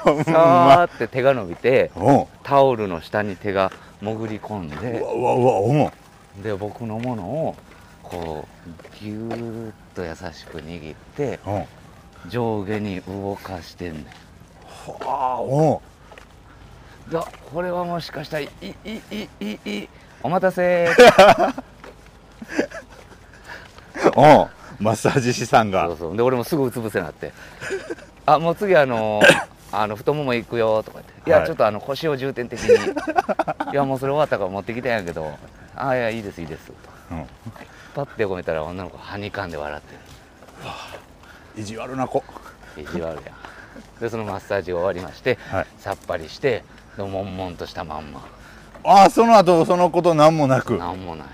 Speaker 2: ほんま
Speaker 1: さーって手が伸びて
Speaker 2: お
Speaker 1: タオルの下に手が潜り込ん
Speaker 2: う
Speaker 1: で
Speaker 2: わうわうわおう
Speaker 1: で僕のものをこうギューッと優しく握って
Speaker 2: おう
Speaker 1: 上下に動かしてんねん
Speaker 2: ああおう
Speaker 1: いやこれはもしかしたらいいいいいいいお待たせ
Speaker 2: おうマッサージ師さん
Speaker 1: そ
Speaker 2: が
Speaker 1: うそうで俺もすぐうつ伏せになってあもう次あのあの太もも行くよとか言っていや、
Speaker 2: はい
Speaker 1: ちょっとあの腰を重点的にいやもうそれ終わったから持ってきたんやけどあいやいいですいいです
Speaker 2: うん
Speaker 1: パッて横見たら女の子はにかんで笑っ
Speaker 2: 意地悪な子
Speaker 1: てる意地悪やんでそのマッサージが終わりまして、
Speaker 2: はい
Speaker 1: さっぱりしてでもんもんとしたまんま
Speaker 2: ああその後そのこと何もなく
Speaker 1: なんもない、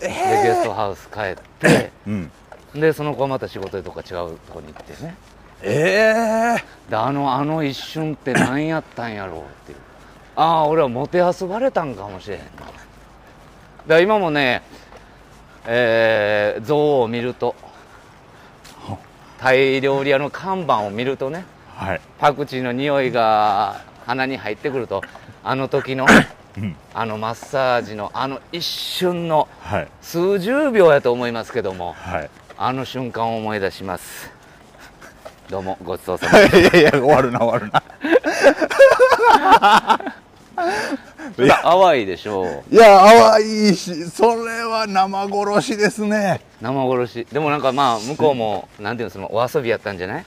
Speaker 1: でゲストハウス帰って
Speaker 2: うん
Speaker 1: でその子はまた仕事でとか違うとこに行ってね
Speaker 2: ええ
Speaker 1: であのあの一瞬って何やったんやろうっていうああ俺はもてあそばれたんかもしれへんなだから今もねえー、像を見るとタイ料理屋の看板を見るとね
Speaker 2: はい
Speaker 1: パクチーの匂いが鼻に入ってくるとあの時の
Speaker 2: うん
Speaker 1: あのマッサージのあの一瞬の
Speaker 2: はい
Speaker 1: 数十秒やと思いますけども
Speaker 2: はい
Speaker 1: あの瞬間を思い出しますどうもごちそうさま
Speaker 2: いやいや終わるな終わるな
Speaker 1: それ淡いでしょ
Speaker 2: いや淡いしそれは生殺しですね
Speaker 1: う生殺しでもなんかまあ向こうもなんていうのそのお遊びやったんじゃない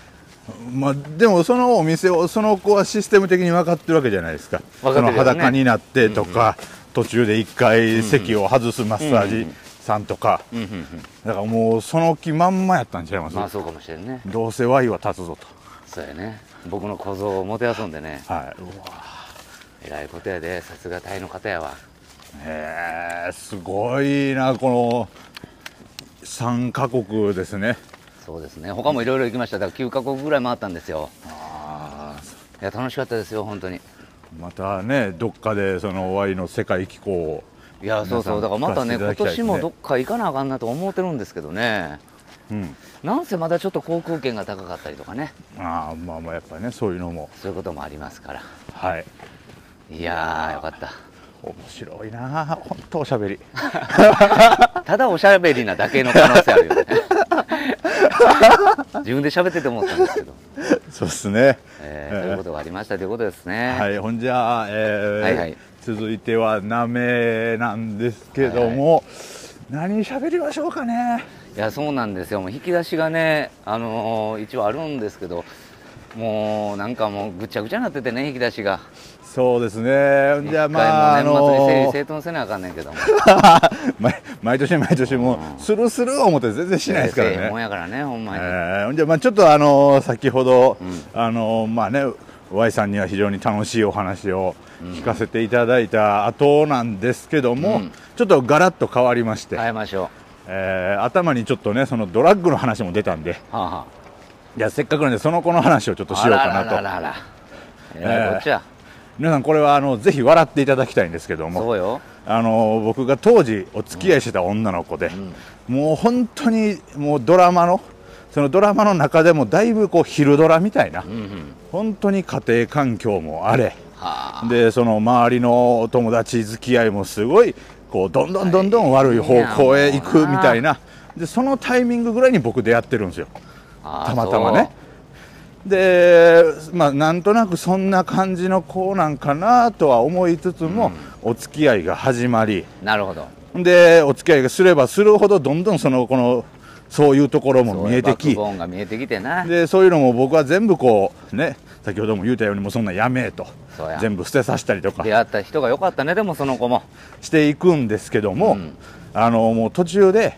Speaker 2: まあ、でもそのお店をその子はシステム的に分かってるわけじゃないですか
Speaker 1: 分かってるよね
Speaker 2: その裸になってとか、途中で一回席を外すマッサージさんとか、
Speaker 1: うんうんうん
Speaker 2: だからもうその気まんまやったんちゃいます、
Speaker 1: まあそうかもしれんね
Speaker 2: どうせ Y は立つぞ
Speaker 1: そうやね僕の小僧をもてあそんでね
Speaker 2: とはいへ
Speaker 1: えらいことやでさすがタイの方やわ
Speaker 2: えすごいなこの3カ国ですね
Speaker 1: そうですね他もいろいろ行きましただから9カ国ぐらい回ったんですよ
Speaker 2: ああ
Speaker 1: いや楽しかったですよ本当に
Speaker 2: またねどっかでその Y の世界機構を
Speaker 1: いやそうそうだからまたね今
Speaker 2: 皆さん
Speaker 1: 年
Speaker 2: 聞かせていただきたいですね
Speaker 1: もどっか行かなあかんなと思ってるんですけどね
Speaker 2: うん、
Speaker 1: なんせまだちょっと航空券が高かったりとかね
Speaker 2: ああまあまあやっぱりねそういうのも
Speaker 1: そういうこともありますから
Speaker 2: はい
Speaker 1: いやーよかった
Speaker 2: 面白いなあほんとおしゃべり
Speaker 1: ただおしゃべりなだけの可能性あるよ ね自分で喋ってて思ったんですけど、
Speaker 2: そうですね、
Speaker 1: えー、そういうことがありましたということですね、
Speaker 2: はい、ほんじゃあ、えー
Speaker 1: はいはい
Speaker 2: 続いてはなめなんですけども、何しゃべりましょうかね
Speaker 1: いやそうなんですよもう引き出しがね、あのー一応あるんですけどもうなんかもうぐちゃぐちゃになっててね引き出しが
Speaker 2: そうですねほんじゃあ
Speaker 1: 一回
Speaker 2: まああ
Speaker 1: もう年末に整理
Speaker 2: の
Speaker 1: 整頓せなあかんねんけども
Speaker 2: 毎毎年毎年もうスルスル思って全然しないですからね、
Speaker 1: もんやからねほんま
Speaker 2: え
Speaker 1: に、
Speaker 2: ーほんじゃあまあちょっとあの先ほど、
Speaker 1: ん
Speaker 2: あのまあね Y さんには非常に楽しいお話を聞かせていただいた後なんですけども、
Speaker 1: うん
Speaker 2: ちょっとガラッと変わりまして、
Speaker 1: 変えましょ
Speaker 2: えー頭にちょっとねそのドラッグの話も出たんで
Speaker 1: うはあ、はあ、
Speaker 2: いやせっかくなんでその子の話をちょっとしようかなと
Speaker 1: あららららえらいこっちゃ、
Speaker 2: 皆さんこれはあのぜひ笑っていただきたいんですけども
Speaker 1: そうよ
Speaker 2: あの僕が当時お付き合いしてた女の子で、もう本当にもうドラマのそのドラマの中でもだいぶこう昼ドラみたいな、
Speaker 1: うんうん
Speaker 2: 本当に家庭環境もあれ
Speaker 1: はあ
Speaker 2: でその周りのお友達付き合いもすごいこうどんどんどんどん悪い方向へ行くみたいなでそのタイミングぐらいに僕出会ってるんですよ
Speaker 1: あー
Speaker 2: たまたまねでまあなんとなくそんな感じの子なんかなとは思いつつも、お付き合いが始まり
Speaker 1: そうなるほど
Speaker 2: でお付き合いがすればするほどどんどんそのこのそういうところも見え
Speaker 1: そ
Speaker 2: て
Speaker 1: うい
Speaker 2: き
Speaker 1: うバックボーンが見えてきてな
Speaker 2: でそういうのも僕は全部こうね先ほども言うたようにもうそんなやめえと
Speaker 1: そうや
Speaker 2: 全部捨てさせたりとか
Speaker 1: 出会った人が良かったねでもその子も
Speaker 2: していくんですけども、
Speaker 1: うん
Speaker 2: あのもう途中で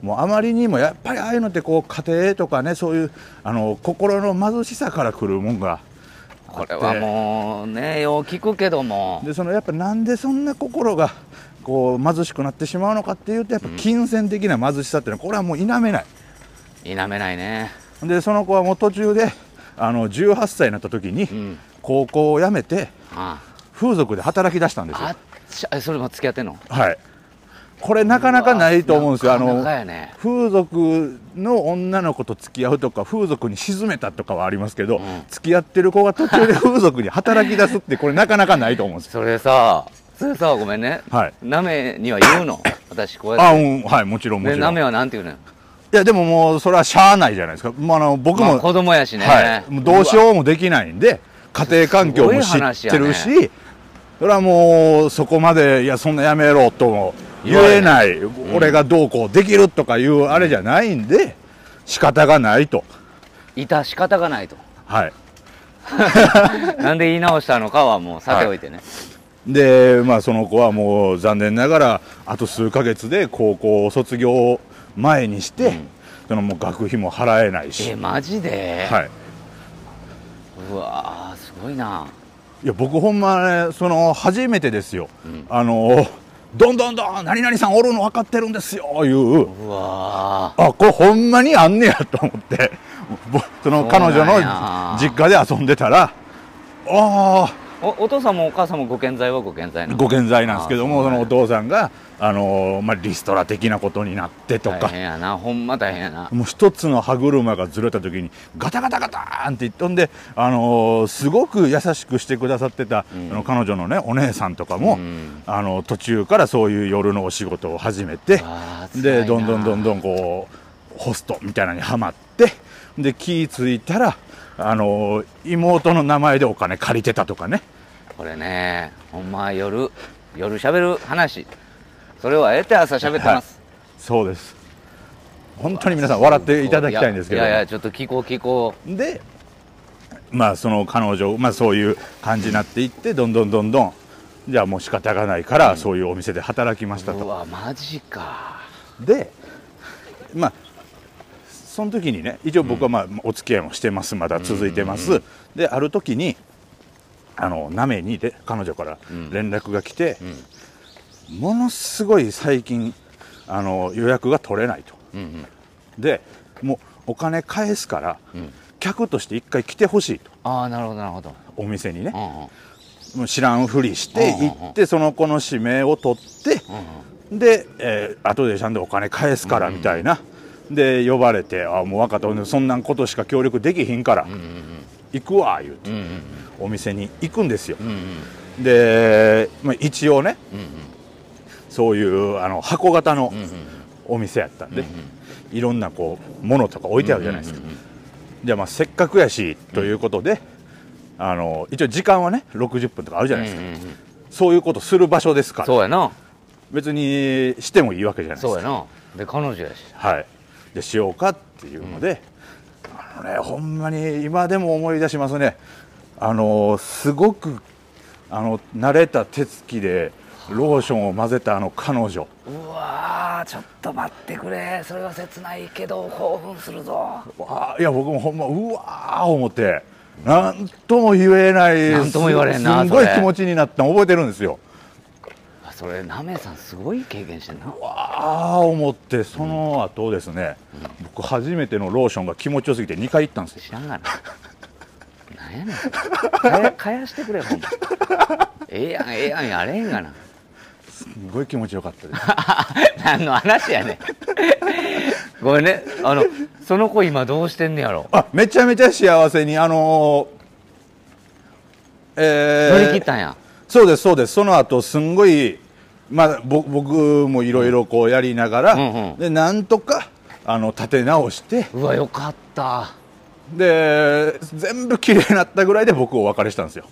Speaker 2: もうあまりにもやっぱりああいうのってこう家庭とかねそういうあの心の貧しさからくるもんが
Speaker 1: これはもうねよう聞くけども
Speaker 2: でそのやっぱなんでそんな心がこう貧しくなってしまうのかっていうとやっぱ金銭的な貧しさっていうのはこれはもう否めない
Speaker 1: 否めないね
Speaker 2: でその子はもう途中であの18歳になった時に
Speaker 1: うん
Speaker 2: 高校を辞めて
Speaker 1: あ
Speaker 2: 風俗で働き出したんですよ
Speaker 1: あっちゃそれも付き合ってんの
Speaker 2: はいこれなかなかないと思うんですよ
Speaker 1: な
Speaker 2: あ
Speaker 1: か
Speaker 2: の
Speaker 1: なかやね
Speaker 2: 風俗の女の子と付き合うとか風俗に沈めたとかはありますけど、
Speaker 1: ん
Speaker 2: 付き合ってる子が途 中で風俗に働き出すってこれなかなかないと思うんですよ
Speaker 1: それさそれさごめんね
Speaker 2: はい
Speaker 1: なめ には言うの私こうやっ
Speaker 2: あうんはいもちろん
Speaker 1: て
Speaker 2: も
Speaker 1: で
Speaker 2: ちろ
Speaker 1: なめ
Speaker 2: ん
Speaker 1: はなんて言うのよ
Speaker 2: いやでももうそれはしゃあないじゃないですか、まあ、あの僕
Speaker 1: ま
Speaker 2: も、
Speaker 1: あ子供やしね
Speaker 2: はい、もうどうしようもできないんで家庭環境も知ってる
Speaker 1: す
Speaker 2: し、
Speaker 1: ご
Speaker 2: それはもうそこまでいやそんなやめろとも言えない、俺がどうこうできるとかいうあれじゃないんで仕方がないと
Speaker 1: いた仕方がないと
Speaker 2: はい
Speaker 1: なんで言い直したのかはもうさておいてね
Speaker 2: でまあその子はもう残念ながらあと数ヶ月で高校を卒業前にして、そのもう学費も払えないし、
Speaker 1: えマジで
Speaker 2: はいう
Speaker 1: わーすごいない
Speaker 2: や僕ほんまねその初めてですよ、
Speaker 1: ん
Speaker 2: あのどんどんどん何々さんおるの分かってるんですよいう
Speaker 1: うわ
Speaker 2: あこれほんまにあんねやと思ってぼその彼女
Speaker 1: そ
Speaker 2: の
Speaker 1: うなんや
Speaker 2: 実家で遊んでたらあ
Speaker 1: ーおお父さんもお母さんもご健在はご健在
Speaker 2: あ
Speaker 1: なの
Speaker 2: ご健在なんですけども
Speaker 1: あそ
Speaker 2: そう
Speaker 1: なん
Speaker 2: の
Speaker 1: や
Speaker 2: お父さんがあの、まあ、リストラ的なことになってと
Speaker 1: 大
Speaker 2: か
Speaker 1: 変やなほんま大変やな
Speaker 2: もう一つの歯車がずれた時にガタガタガターンっていっとんで、あのーすごく優しくしてくださってた、
Speaker 1: ん
Speaker 2: あの彼女のねお姉さんとかも、
Speaker 1: うん
Speaker 2: あの途中からそういう夜のお仕事を始めて
Speaker 1: わー辛い
Speaker 2: で
Speaker 1: な
Speaker 2: どんどんどんどんこうホストみたいなのにはまってで気ぃ付いたら、あのー妹の名前でお金借りてたとかね
Speaker 1: これねほんま夜夜喋る話それをあえて朝喋ってます、
Speaker 2: そうです本当に皆さん笑っていただきたいんですけど
Speaker 1: いやいやちょっと聞こう聞こう
Speaker 2: でまあその彼女、まあ、そういう感じになっていってどんどんどんどんじゃあもう仕方がないからそういうお店で働きました
Speaker 1: う
Speaker 2: と、
Speaker 1: わマジか
Speaker 2: でまあその時にね一応僕はまあお付き合いもしてますまだ続いてます、である時にあのなめにで彼女から連絡が来て、ものすごい最近あの予約が取れないと
Speaker 1: うんうん
Speaker 2: でもうお金返すから、
Speaker 1: ん
Speaker 2: 客として一回来てほしいと
Speaker 1: ああなるほどなるほど、
Speaker 2: お店にね
Speaker 1: う、んうん
Speaker 2: もう知らんふりして
Speaker 1: うんうんうん
Speaker 2: 行ってその子の指名を取って
Speaker 1: うんうん
Speaker 2: で、えー後でちゃんとお金返すからみたいな、で呼ばれて「あもう分かったそんなことしか協力できひんから行くわ」言うて、お店に行くんですよ、で、まあ、一応ね、そういうあの箱型のお店やったんで、いろんなこうものとか置いてあるじゃないですか、じゃあまあせっかくやしということで、あの一応時間はね60分とかあるじゃないですか、そういうことする場所ですから
Speaker 1: そうやな
Speaker 2: 別にしてもいいわけじゃないです
Speaker 1: そう
Speaker 2: か
Speaker 1: やなで彼女やし
Speaker 2: はい、でしようかっていうので、あのね、ほんまに今でも思い出しますねあのすごくあの慣れた手つきでローションを混ぜたあの彼女
Speaker 1: うわーちょっと待ってくれそれは切ないけど興奮するぞ
Speaker 2: わあいや僕もほんまうわー思ってなんとも言えない
Speaker 1: なんとも言われん
Speaker 2: ん
Speaker 1: な
Speaker 2: すんご
Speaker 1: そ
Speaker 2: い
Speaker 1: れ
Speaker 2: 気持ちになったの覚えてるんですよ
Speaker 1: あそれなめさんすごい経験してんな
Speaker 2: ああ思ってその後ですね、僕初めてのローションが気持ちよすぎて2回行ったんですよ
Speaker 1: 知らんがななんやねんかやかやしてくれほんまええやんええやんやれへんがな
Speaker 2: すんごい気持ちよかったです
Speaker 1: 何の話やねんごめんねあのその子今どうしてんねやろ
Speaker 2: あめちゃめちゃ幸せにあのーえー
Speaker 1: 乗り切ったんや、
Speaker 2: そうですそうですその後すんごいまあぼ僕もいろいろこうやりながら、
Speaker 1: うんうん
Speaker 2: でなんとかあの立て直して
Speaker 1: うわよかった
Speaker 2: で全部綺麗になったぐらいで僕お別れしたんですよ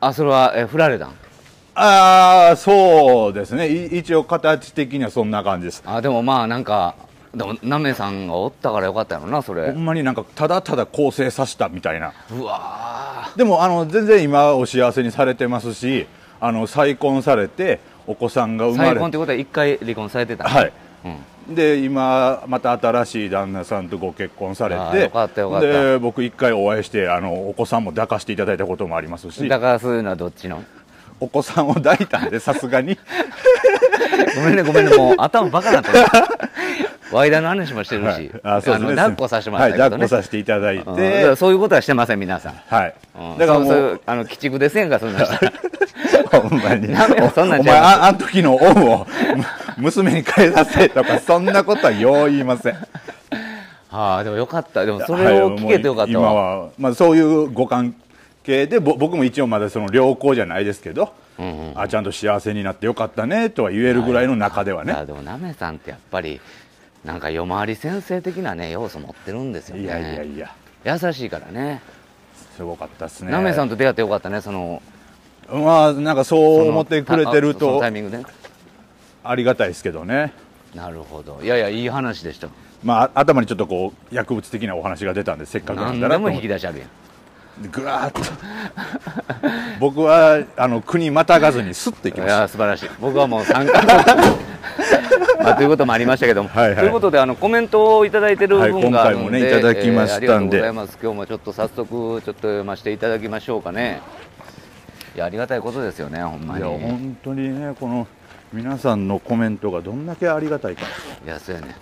Speaker 1: あそれはえ振られたん
Speaker 2: ああそうですねい一応形的にはそんな感じです
Speaker 1: あでもまあなんかでもなめさんがおったからよかったやろなそ
Speaker 2: ほ
Speaker 1: れ
Speaker 2: んまになんかただただ構成させたみたいな
Speaker 1: うわ
Speaker 2: でもあの全然今お幸せにされてますしあの再婚されてお子さんが
Speaker 1: ー
Speaker 2: 生ま
Speaker 1: 再
Speaker 2: れ
Speaker 1: 婚ってことは一回離婚されてたん
Speaker 2: はい
Speaker 1: うん
Speaker 2: で今また新しい旦那さんとご結婚され
Speaker 1: あー
Speaker 2: て
Speaker 1: よかったよかった
Speaker 2: で僕一回お会いしてあのお子さんも抱かしていただいたこともありますし
Speaker 1: だからそういうのはどっちの
Speaker 2: お子さんを抱いたんでさす がに
Speaker 1: ごめんねごめんねもう頭バカになってるワイダの話もしてるし、
Speaker 2: はいあそうですね
Speaker 1: の抱っこさせてもらったけ
Speaker 2: はい
Speaker 1: ど、ね
Speaker 2: 抱っこさせていただい
Speaker 1: うんだから
Speaker 2: て
Speaker 1: そういうことはしてません皆さん、
Speaker 2: はい
Speaker 1: うん、
Speaker 2: だからも
Speaker 1: そうそういううあの鬼畜ですやんかそんなんしたら
Speaker 2: ほんまに
Speaker 1: ダメよそんなん
Speaker 2: お
Speaker 1: じ
Speaker 2: 前
Speaker 1: ゃない
Speaker 2: ああん時の恩をむ娘に返させとかそんなことはよう言いません
Speaker 1: ああでもよかったでもそれを聞けてよかった
Speaker 2: はいもう今
Speaker 1: わ、
Speaker 2: は、まあ、そういうご関係でぼ僕も一応まだその良好じゃないですけど、あちゃんと幸せになってよかったねとは言えるぐらいの中ではね、
Speaker 1: あでもなめさんってやっぱりなんか夜回り先生的なね要素持ってるんですよ
Speaker 2: い、
Speaker 1: ね
Speaker 2: やいやいや
Speaker 1: 優しいからね
Speaker 2: すごかったですね
Speaker 1: なめさんと出会ってよかったねその
Speaker 2: まあなんかそう思ってくれてる
Speaker 1: その
Speaker 2: と
Speaker 1: タイミングで
Speaker 2: ありがたいですけどね
Speaker 1: なるほどいやいやいい話でした
Speaker 2: まあ、頭にちょっとこう薬物的なお話が出たんでせっかくな
Speaker 1: 何
Speaker 2: ん
Speaker 1: で
Speaker 2: だなと
Speaker 1: も
Speaker 2: 思
Speaker 1: 引
Speaker 2: っ
Speaker 1: き
Speaker 2: て
Speaker 1: 出しあるやん
Speaker 2: ぐわーっと僕はあの国またがずにスッといき
Speaker 1: い
Speaker 2: ました
Speaker 1: や素晴らしい僕はもう 参加まあ、ということもありましたけども、
Speaker 2: はいはい
Speaker 1: ということであのコメントをいただいてる
Speaker 2: はい
Speaker 1: 分があるので、
Speaker 2: 今回もねいただきましたんで
Speaker 1: ありがとうございます今日もちょっと早速ちょっと読ませていただきましょうかねいやありがたいことですよねほんま
Speaker 2: い
Speaker 1: に
Speaker 2: や本当にねこの皆さんのコメントがどんだけありがたいか
Speaker 1: いやそうやね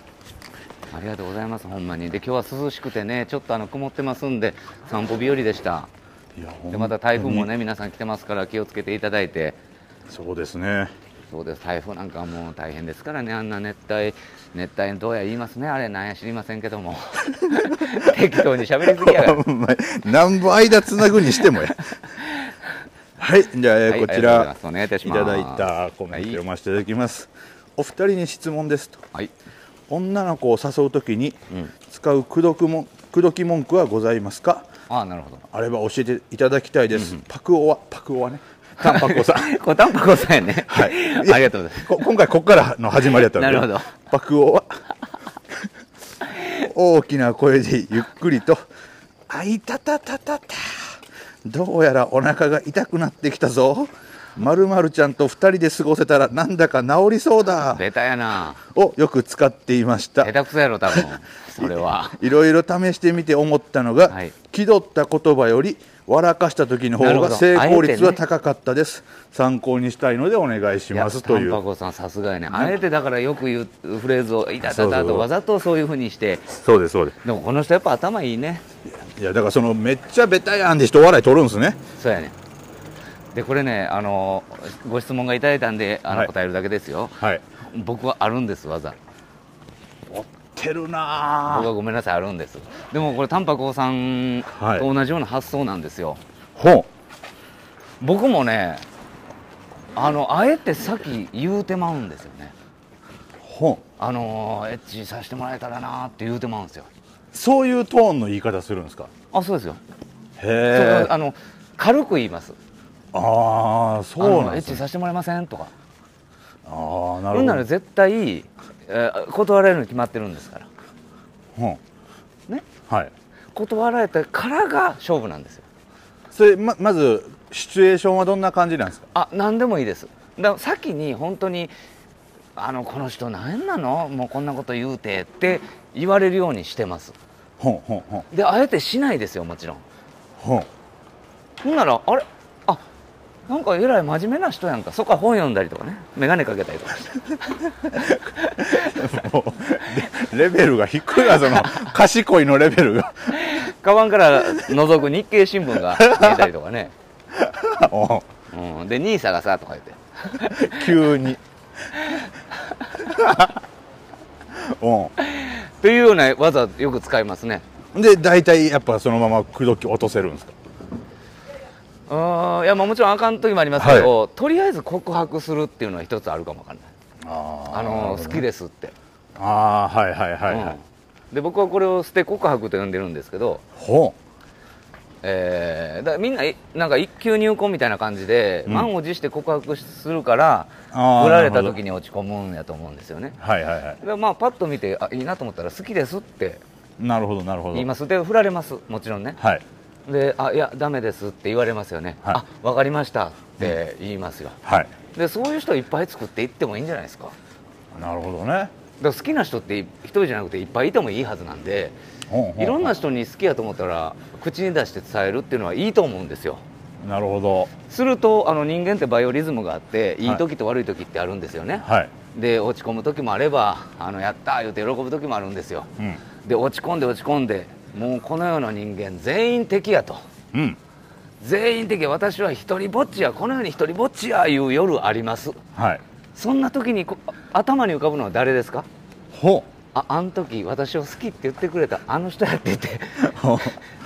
Speaker 1: ありがとうございますほんまにで今日は涼しくてねちょっとあの曇ってますんで散歩日和でした
Speaker 2: いや
Speaker 1: でまた台風もね皆さん来てますから気をつけていただいて
Speaker 2: そうですね
Speaker 1: そうです台風なんかもう大変ですからねあんな熱帯熱帯どうや言いますねあれなんや知りませんけども 適当に喋りすぎやがら
Speaker 2: お前何分間つなぐにして もやはいじゃあ、えー
Speaker 1: はい
Speaker 2: こち
Speaker 1: ありが
Speaker 2: ら
Speaker 1: とうございますお願いいたし
Speaker 2: い
Speaker 1: ます
Speaker 2: ただいたコメント読ませていただきます、お二人に質問ですと
Speaker 1: はい
Speaker 2: 女の子を誘うときに
Speaker 1: うん
Speaker 2: 使う口説くも口説き文句はございますか
Speaker 1: ああなるほど
Speaker 2: あれば教えていただきたいです、パクオはパクオはねタンパクオさん
Speaker 1: これタンパクさんやね、
Speaker 2: は
Speaker 1: あ
Speaker 2: い
Speaker 1: りがとうございます
Speaker 2: こ今回ここからの始まりだったの
Speaker 1: な
Speaker 2: で
Speaker 1: るほど
Speaker 2: 爆音は 大きな声でゆっくりと「あいたたたたた」どうやらお腹が痛くなってきたぞまるまるちゃんと2人で過ごせたらなんだか治りそうだ
Speaker 1: ベタやな
Speaker 2: をよく使っていました
Speaker 1: 下手くそやろ多分それはい
Speaker 2: ろいろ試してみて思ったのが、
Speaker 1: はい
Speaker 2: 気取った言葉より笑かした時の
Speaker 1: な
Speaker 2: 方
Speaker 1: るほ
Speaker 2: が
Speaker 1: ど
Speaker 2: 成功
Speaker 1: あえて
Speaker 2: 率
Speaker 1: ね
Speaker 2: は高かったです、参考にしたいのでお願いしますとい
Speaker 1: やタン
Speaker 2: う
Speaker 1: パクさんさすがやねあえてだからよく言うフレーズを「いたた
Speaker 2: そう
Speaker 1: た」
Speaker 2: そうそ
Speaker 1: と
Speaker 2: う
Speaker 1: わざとそういうふうにして
Speaker 2: そうですそうです
Speaker 1: でもこの人やっぱ頭いいね
Speaker 2: いやだからそのめっちゃベタやんで人笑い取るんですね
Speaker 1: そうやねでこれねあのご質問がいただいたんであの、
Speaker 2: はい
Speaker 1: 答えるだけですよ
Speaker 2: はい
Speaker 1: 僕はあるんです技
Speaker 2: てるな
Speaker 1: 僕
Speaker 2: ぁ
Speaker 1: はごめんなさいあるんですでもこれタンパクさん
Speaker 2: はい
Speaker 1: と同じような発想なんですよ、
Speaker 2: ほ
Speaker 1: 僕もねあのあえてさっき言うてまうんですよね
Speaker 2: うほう
Speaker 1: あのーエッチさせてもらえたらなーって言うてまうんですよ
Speaker 2: そういうトーンの言い方するんですか
Speaker 1: あそうですよ、それ
Speaker 2: へ
Speaker 1: は
Speaker 2: え
Speaker 1: あの軽く言います
Speaker 2: ああ
Speaker 1: あ
Speaker 2: そう
Speaker 1: の
Speaker 2: なん
Speaker 1: エッ
Speaker 2: で
Speaker 1: チ
Speaker 2: すね
Speaker 1: させてもらえませんとか
Speaker 2: ああな
Speaker 1: そんなら
Speaker 2: る
Speaker 1: 絶対、えー断られるに決まってるんですから
Speaker 2: ほどうん
Speaker 1: ね
Speaker 2: はい
Speaker 1: 断られてからが勝負なんですよ
Speaker 2: それままずシチュエーションはどんな感じなんですか
Speaker 1: あ何でもいいですだから先に本当にあのこの人何なのもうこんなこと言うてって言われるようにしてます
Speaker 2: ほうほうほう
Speaker 1: であえてしないですよもちろん
Speaker 2: ほう
Speaker 1: ほんならあれあなんかえらい真面目な人やんかそっから本読んだりとかね眼鏡かけたりと かして
Speaker 2: もう レレベルが低いな その賢いのレベルが
Speaker 1: カバンから覗く日経新聞が 見えたりとかね、
Speaker 2: お う
Speaker 1: うん、で「ニーサがさ」とか言って
Speaker 2: 急にお
Speaker 1: というような技よく使いますね
Speaker 2: うで大体やっぱそのまま口説き落とせるんですか
Speaker 1: うーんいやまあもちろんあかん時もありますけど、とりあえず告白するっていうのは一つあるかもわかんない
Speaker 2: あー
Speaker 1: あの好き
Speaker 2: なる
Speaker 1: ですって、
Speaker 2: ほどねあーはいはいはいはい、
Speaker 1: うんで僕はこれを捨て告白と呼んでるんですけど、
Speaker 2: ほ
Speaker 1: えーだからみんないなんか一級入婚みたいな感じで、
Speaker 2: うん
Speaker 1: 満を持して告白するから
Speaker 2: あー
Speaker 1: 振られた
Speaker 2: なるほ
Speaker 1: 時に落ち込むんやと思うんですよね
Speaker 2: うはいはいはい
Speaker 1: だからまあパッと見てあいいなと思ったら好きですって
Speaker 2: なるほどなるほど
Speaker 1: 言いますで振られますもちろんね
Speaker 2: はい
Speaker 1: であいやダメですって言われますよね、
Speaker 2: はい
Speaker 1: あわかりましたって言いますよ、
Speaker 2: はい
Speaker 1: でそういう人いっぱい作っていってもいいんじゃないですかだか
Speaker 2: なるほどね
Speaker 1: ら好きな人って一人じゃなくていっぱいいてもいいはずなんで
Speaker 2: ほうほう
Speaker 1: いろんな人に好きやと思ったら口に出して伝えるっていうのはいいと思うんですよ
Speaker 2: なるほど
Speaker 1: するとあの人間ってバイオリズムがあっていい時と悪い時ってあるんですよね、
Speaker 2: はい
Speaker 1: で落ち込む時もあればあのやったー言うて喜ぶ時もあるんですよ
Speaker 2: うん
Speaker 1: で落ち込んで落ち込んでもうこの世の人間全員敵やと
Speaker 2: うん
Speaker 1: 全員的私は一人ぼっちやこの世に一人ぼっちやいう夜あります
Speaker 2: はい
Speaker 1: そんな時にこ頭に浮かぶのは誰ですか
Speaker 2: ほ
Speaker 1: ああの時私を好きって言ってくれたあの人やって言って
Speaker 2: うほう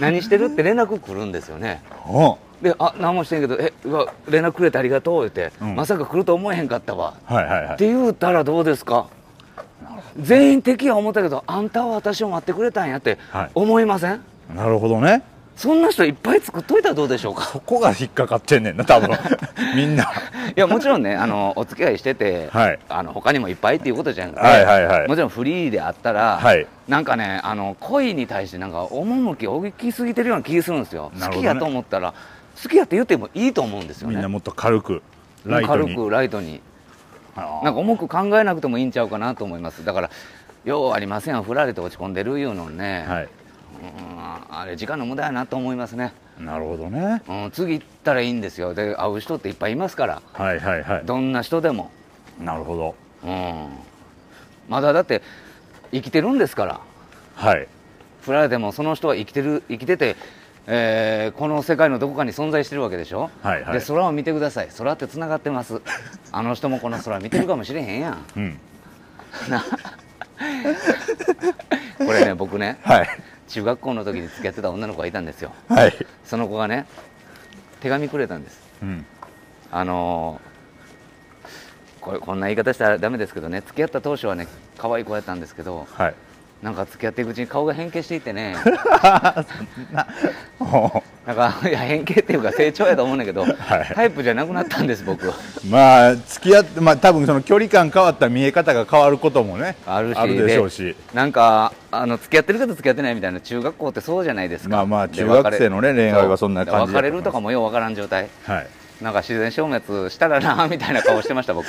Speaker 1: 何してるって連絡来るんですよね
Speaker 2: ほ
Speaker 1: であ何もしてんけどえうわ連絡くれてありがとう言って、
Speaker 2: うん
Speaker 1: まさか来ると思えへんかったわ、
Speaker 2: うはいはいはい
Speaker 1: って言うたらどうですか全員敵や思ったけどあんたは私を待ってくれたんやって
Speaker 2: はい
Speaker 1: 思いません、
Speaker 2: なるほどね
Speaker 1: そんな人いっぱい作っといたらどうでしょうか
Speaker 2: ここが引っかかってんねんな多 分みんない
Speaker 1: やもちろんねあのお付き合いしてて、
Speaker 2: はい
Speaker 1: あの他にもいっぱいっていうことじゃなくて、
Speaker 2: はいはいはい
Speaker 1: もちろんフリーであったら、
Speaker 2: はい
Speaker 1: なんかねあの恋に対してなんか趣を大きすぎてるような気がするんですよ、
Speaker 2: な
Speaker 1: 好
Speaker 2: るほどね
Speaker 1: きやと思ったら好きやって言ってもいいと思うんですよ
Speaker 2: みんな
Speaker 1: ね
Speaker 2: もっと軽くライトに
Speaker 1: 軽くライトに
Speaker 2: あー
Speaker 1: なんか重く考えなくてもいいんちゃうかなと思いますだからようありませんよ振られて落ち込んでるいうのね、
Speaker 2: はい
Speaker 1: うんあれ時間の無駄やなと思いますね、
Speaker 2: なるほどね
Speaker 1: うん、次行ったらいいんですよで会う人っていっぱいいますから
Speaker 2: はいはいは
Speaker 1: どんな人でも
Speaker 2: いなるほど
Speaker 1: うんまだだって生きてるんですから
Speaker 2: はい
Speaker 1: 振られてもその人は生きてる生きてて、えーこの世界のどこかに存在してるわけでしょ、
Speaker 2: はいはい
Speaker 1: で空を見てください空ってつながってます あの人もこの空見てるかもしれへんやん
Speaker 2: うん
Speaker 1: これね僕ね
Speaker 2: はい
Speaker 1: 中学校の時に付き合ってた女の子がいたんですよ
Speaker 2: はい
Speaker 1: その子がね手紙くれたんです
Speaker 2: うん
Speaker 1: あのーこれこんな言い方したらダメですけどね付き合った当初はね可愛い子やったんですけど
Speaker 2: はい
Speaker 1: なんか付き合っていくうちに顔が変形していってね
Speaker 2: ほ
Speaker 1: なんかいや変形っていうか成長やと思うんだけど、
Speaker 2: はい
Speaker 1: タイプじゃなくなったんです僕
Speaker 2: う まあ付き合ってまあ多分その距離感変わった見え方が変わることもね
Speaker 1: あるし
Speaker 2: でしょうし
Speaker 1: なんかあの付き合ってるけど付き合ってないみたいな中学校ってそうじゃないですか
Speaker 2: まあまあ
Speaker 1: で
Speaker 2: 中学生のね
Speaker 1: 別れ
Speaker 2: 恋愛はそんな感じ
Speaker 1: そう
Speaker 2: だと思います
Speaker 1: 別れるとかもようわからん状態
Speaker 2: はい
Speaker 1: なんか自然消滅したらなみたいな顔してました 僕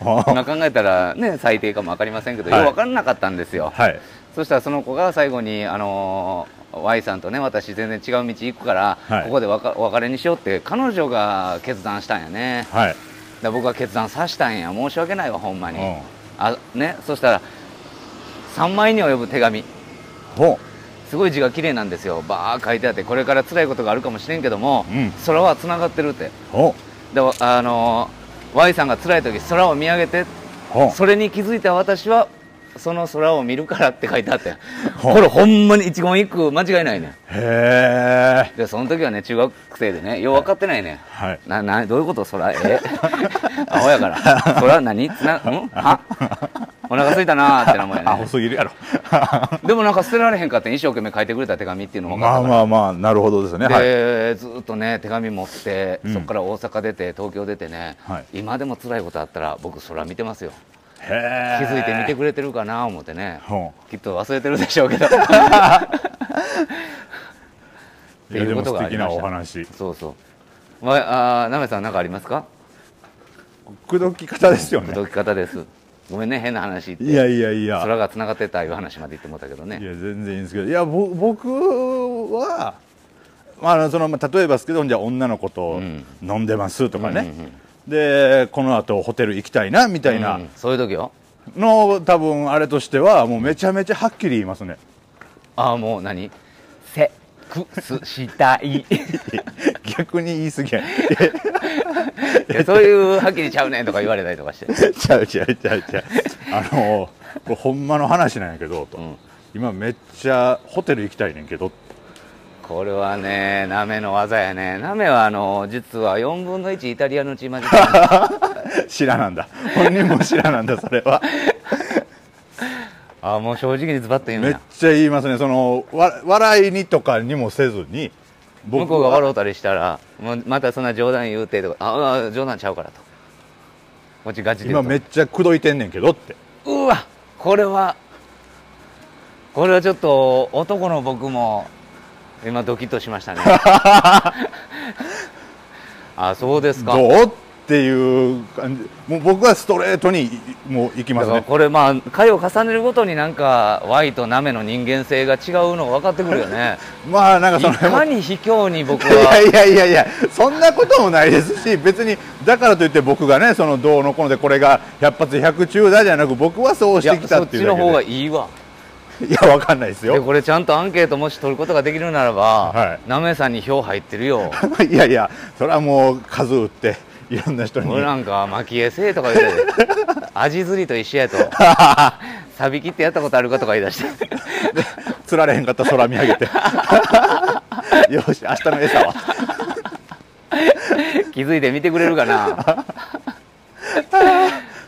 Speaker 2: ほう
Speaker 1: 今考えたらね最低かも分かりませんけど、
Speaker 2: はい
Speaker 1: よう分からなかったんですよ、
Speaker 2: はい
Speaker 1: そしたらその子が最後に、あのー Y さんとね私全然違う道行くから、
Speaker 2: はい
Speaker 1: ここでわかお別れにしようって彼女が決断したんやね
Speaker 2: はい
Speaker 1: で僕が決断さしたんや申し訳ないわほんまに、
Speaker 2: うん
Speaker 1: あね、そしたら3枚に及ぶ手紙
Speaker 2: ほ
Speaker 1: すごい字が綺麗なんですよバー書いてあってこれから辛いことがあるかもしれんけども、
Speaker 2: うん
Speaker 1: 空はつながってるって
Speaker 2: うほ
Speaker 1: であのー Y さんが辛い時空を見上げて
Speaker 2: うほう
Speaker 1: それに気づいた私はその空を見るからって書いてあったよ
Speaker 2: ほう
Speaker 1: これほんまに一言一句間違いないねん
Speaker 2: へえ
Speaker 1: でその時はね中学生でねよう分かってないねん、
Speaker 2: はい
Speaker 1: ななどういうこと空え 青やから空何つなんはお腹空いたなーってなもんや
Speaker 2: あ
Speaker 1: ね
Speaker 2: 細切 りやろ
Speaker 1: でもなんか捨てられへんかってん一生懸命書いてくれた手紙っていうのも分か
Speaker 2: ま
Speaker 1: った
Speaker 2: あ
Speaker 1: から
Speaker 2: まあまあなるほどですねはい
Speaker 1: で、ずーっとね手紙持って、
Speaker 2: ん
Speaker 1: そこから大阪出て東京出てね、
Speaker 2: はい
Speaker 1: 今でも辛いことあったら僕空見てますよ
Speaker 2: 気
Speaker 1: 気づ
Speaker 2: づ
Speaker 1: いて見てくれてるかな思ってね、
Speaker 2: ほ
Speaker 1: きっと忘れてるでしょうけ ど
Speaker 2: ういや
Speaker 1: ってい
Speaker 2: で
Speaker 1: うこ
Speaker 2: も
Speaker 1: と
Speaker 2: 素
Speaker 1: があり
Speaker 2: 敵
Speaker 1: ま
Speaker 2: な
Speaker 1: した
Speaker 2: お話
Speaker 1: そうそうわあーなめさん何かありますか
Speaker 2: 口説き方ですよね
Speaker 1: 届き方ですごめんね変な話言っ
Speaker 2: い
Speaker 1: て
Speaker 2: やいやいや
Speaker 1: 空がつながってたいう話まで言ってもったけど
Speaker 2: い
Speaker 1: ね
Speaker 2: や全然いいんですけどいやぼ僕は、まああの、そのまあ例えばですけどじゃあ女の子と
Speaker 1: うん
Speaker 2: 飲んでますとかね、
Speaker 1: うんうん
Speaker 2: でこの後ホテル行きたいなみたいな
Speaker 1: うんそういう時よ
Speaker 2: の、多分あれとしてはもうめちゃめちゃはっきり言いますね
Speaker 1: ああもう何セックスした い
Speaker 2: 逆に言い過ぎや
Speaker 1: いやそういうはっきりちゃうねんとか言われたりとかして
Speaker 2: ちゃうちゃうちゃうちゃうあのこれほんまの話なんやけどと、
Speaker 1: ん
Speaker 2: 今めっちゃホテル行きたいねんけど
Speaker 1: これはねナメの技やねナメはあの実は4分の1イタリアのチーマジック
Speaker 2: 知らなんだ本人も知らなんだそれは
Speaker 1: ああもう正直にズバッと言うん
Speaker 2: めっ
Speaker 1: や
Speaker 2: ちゃ言いますねそのわ笑いにとかにもせずに
Speaker 1: 向こうが笑
Speaker 2: う
Speaker 1: うたりしたらもうまたそんな冗談言うてとかああ冗談ちゃうからとこっちガチで言
Speaker 2: 今
Speaker 1: うと
Speaker 2: めっちゃ口説いてんねんけどって
Speaker 1: うわこれはこれはちょっと男の僕も今ドキッとしま したねあそうですか
Speaker 2: どうっていう感じもう僕はストレートにいもう行きま
Speaker 1: だ
Speaker 2: す
Speaker 1: から
Speaker 2: ね
Speaker 1: これまあ回を重ねるごとになんか Y とナメの人間性が違うのが分かってくるよね
Speaker 2: まあなんか
Speaker 1: い
Speaker 2: その辺も
Speaker 1: かに卑怯に僕
Speaker 2: いや
Speaker 1: はい
Speaker 2: やいやいやそんなこともないですし別にだからといって僕がねそのどうのこうのでこれが百発百中だじゃなく僕はそう
Speaker 1: い
Speaker 2: して
Speaker 1: や
Speaker 2: きた
Speaker 1: そ
Speaker 2: っ
Speaker 1: ってち
Speaker 2: いう
Speaker 1: の
Speaker 2: だけ
Speaker 1: 方が
Speaker 2: で
Speaker 1: いいわ
Speaker 2: いやわかんないです
Speaker 1: で
Speaker 2: よ
Speaker 1: これちゃんとアンケートもし取ることができるならば、
Speaker 2: はい
Speaker 1: ナメさんに票入ってるよ
Speaker 2: いやいやそれはもう数打っていろんな人に
Speaker 1: 俺なんか蒔絵せえとか言うて味釣りと一緒やとサビ切ってやったことあるかとか言い出して
Speaker 2: 釣られへんかったら空見上げてよし明日の餌は
Speaker 1: 気づいて見てくれるかな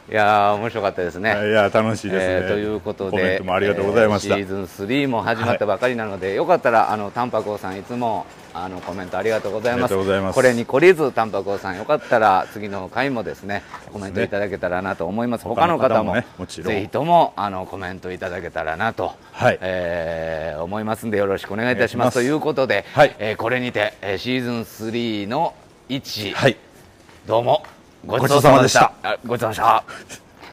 Speaker 1: いやー面白かったですね、
Speaker 2: いや楽しいですね、
Speaker 1: えーということで
Speaker 2: コメントもありがとうございました、
Speaker 1: えーシーズン3も始まったばかりなので、よかったらあのタンパク王さんいつもあのコメントありがとうござい
Speaker 2: ありが
Speaker 1: ます
Speaker 2: とうございます
Speaker 1: これに懲りずタンパク王さんよかったら次の回もですねコメントいただけたらなと思います他
Speaker 2: 他
Speaker 1: の
Speaker 2: の
Speaker 1: 方
Speaker 2: 方
Speaker 1: も
Speaker 2: もねもちろん
Speaker 1: ぜひともあのコメントいただけたらなと、
Speaker 2: はい
Speaker 1: えー思いますんでよろしくお願いいたします
Speaker 2: お
Speaker 1: と
Speaker 2: 願いします
Speaker 1: いうことで、
Speaker 2: はい
Speaker 1: えーこれにて、えーシーズン3の1、
Speaker 2: はい
Speaker 1: どうもごち
Speaker 2: ち
Speaker 1: そ
Speaker 2: そ
Speaker 1: さ
Speaker 2: ううさ
Speaker 1: ま
Speaker 2: ま
Speaker 1: で
Speaker 2: で
Speaker 1: し
Speaker 2: したた
Speaker 1: あごちそうさまでした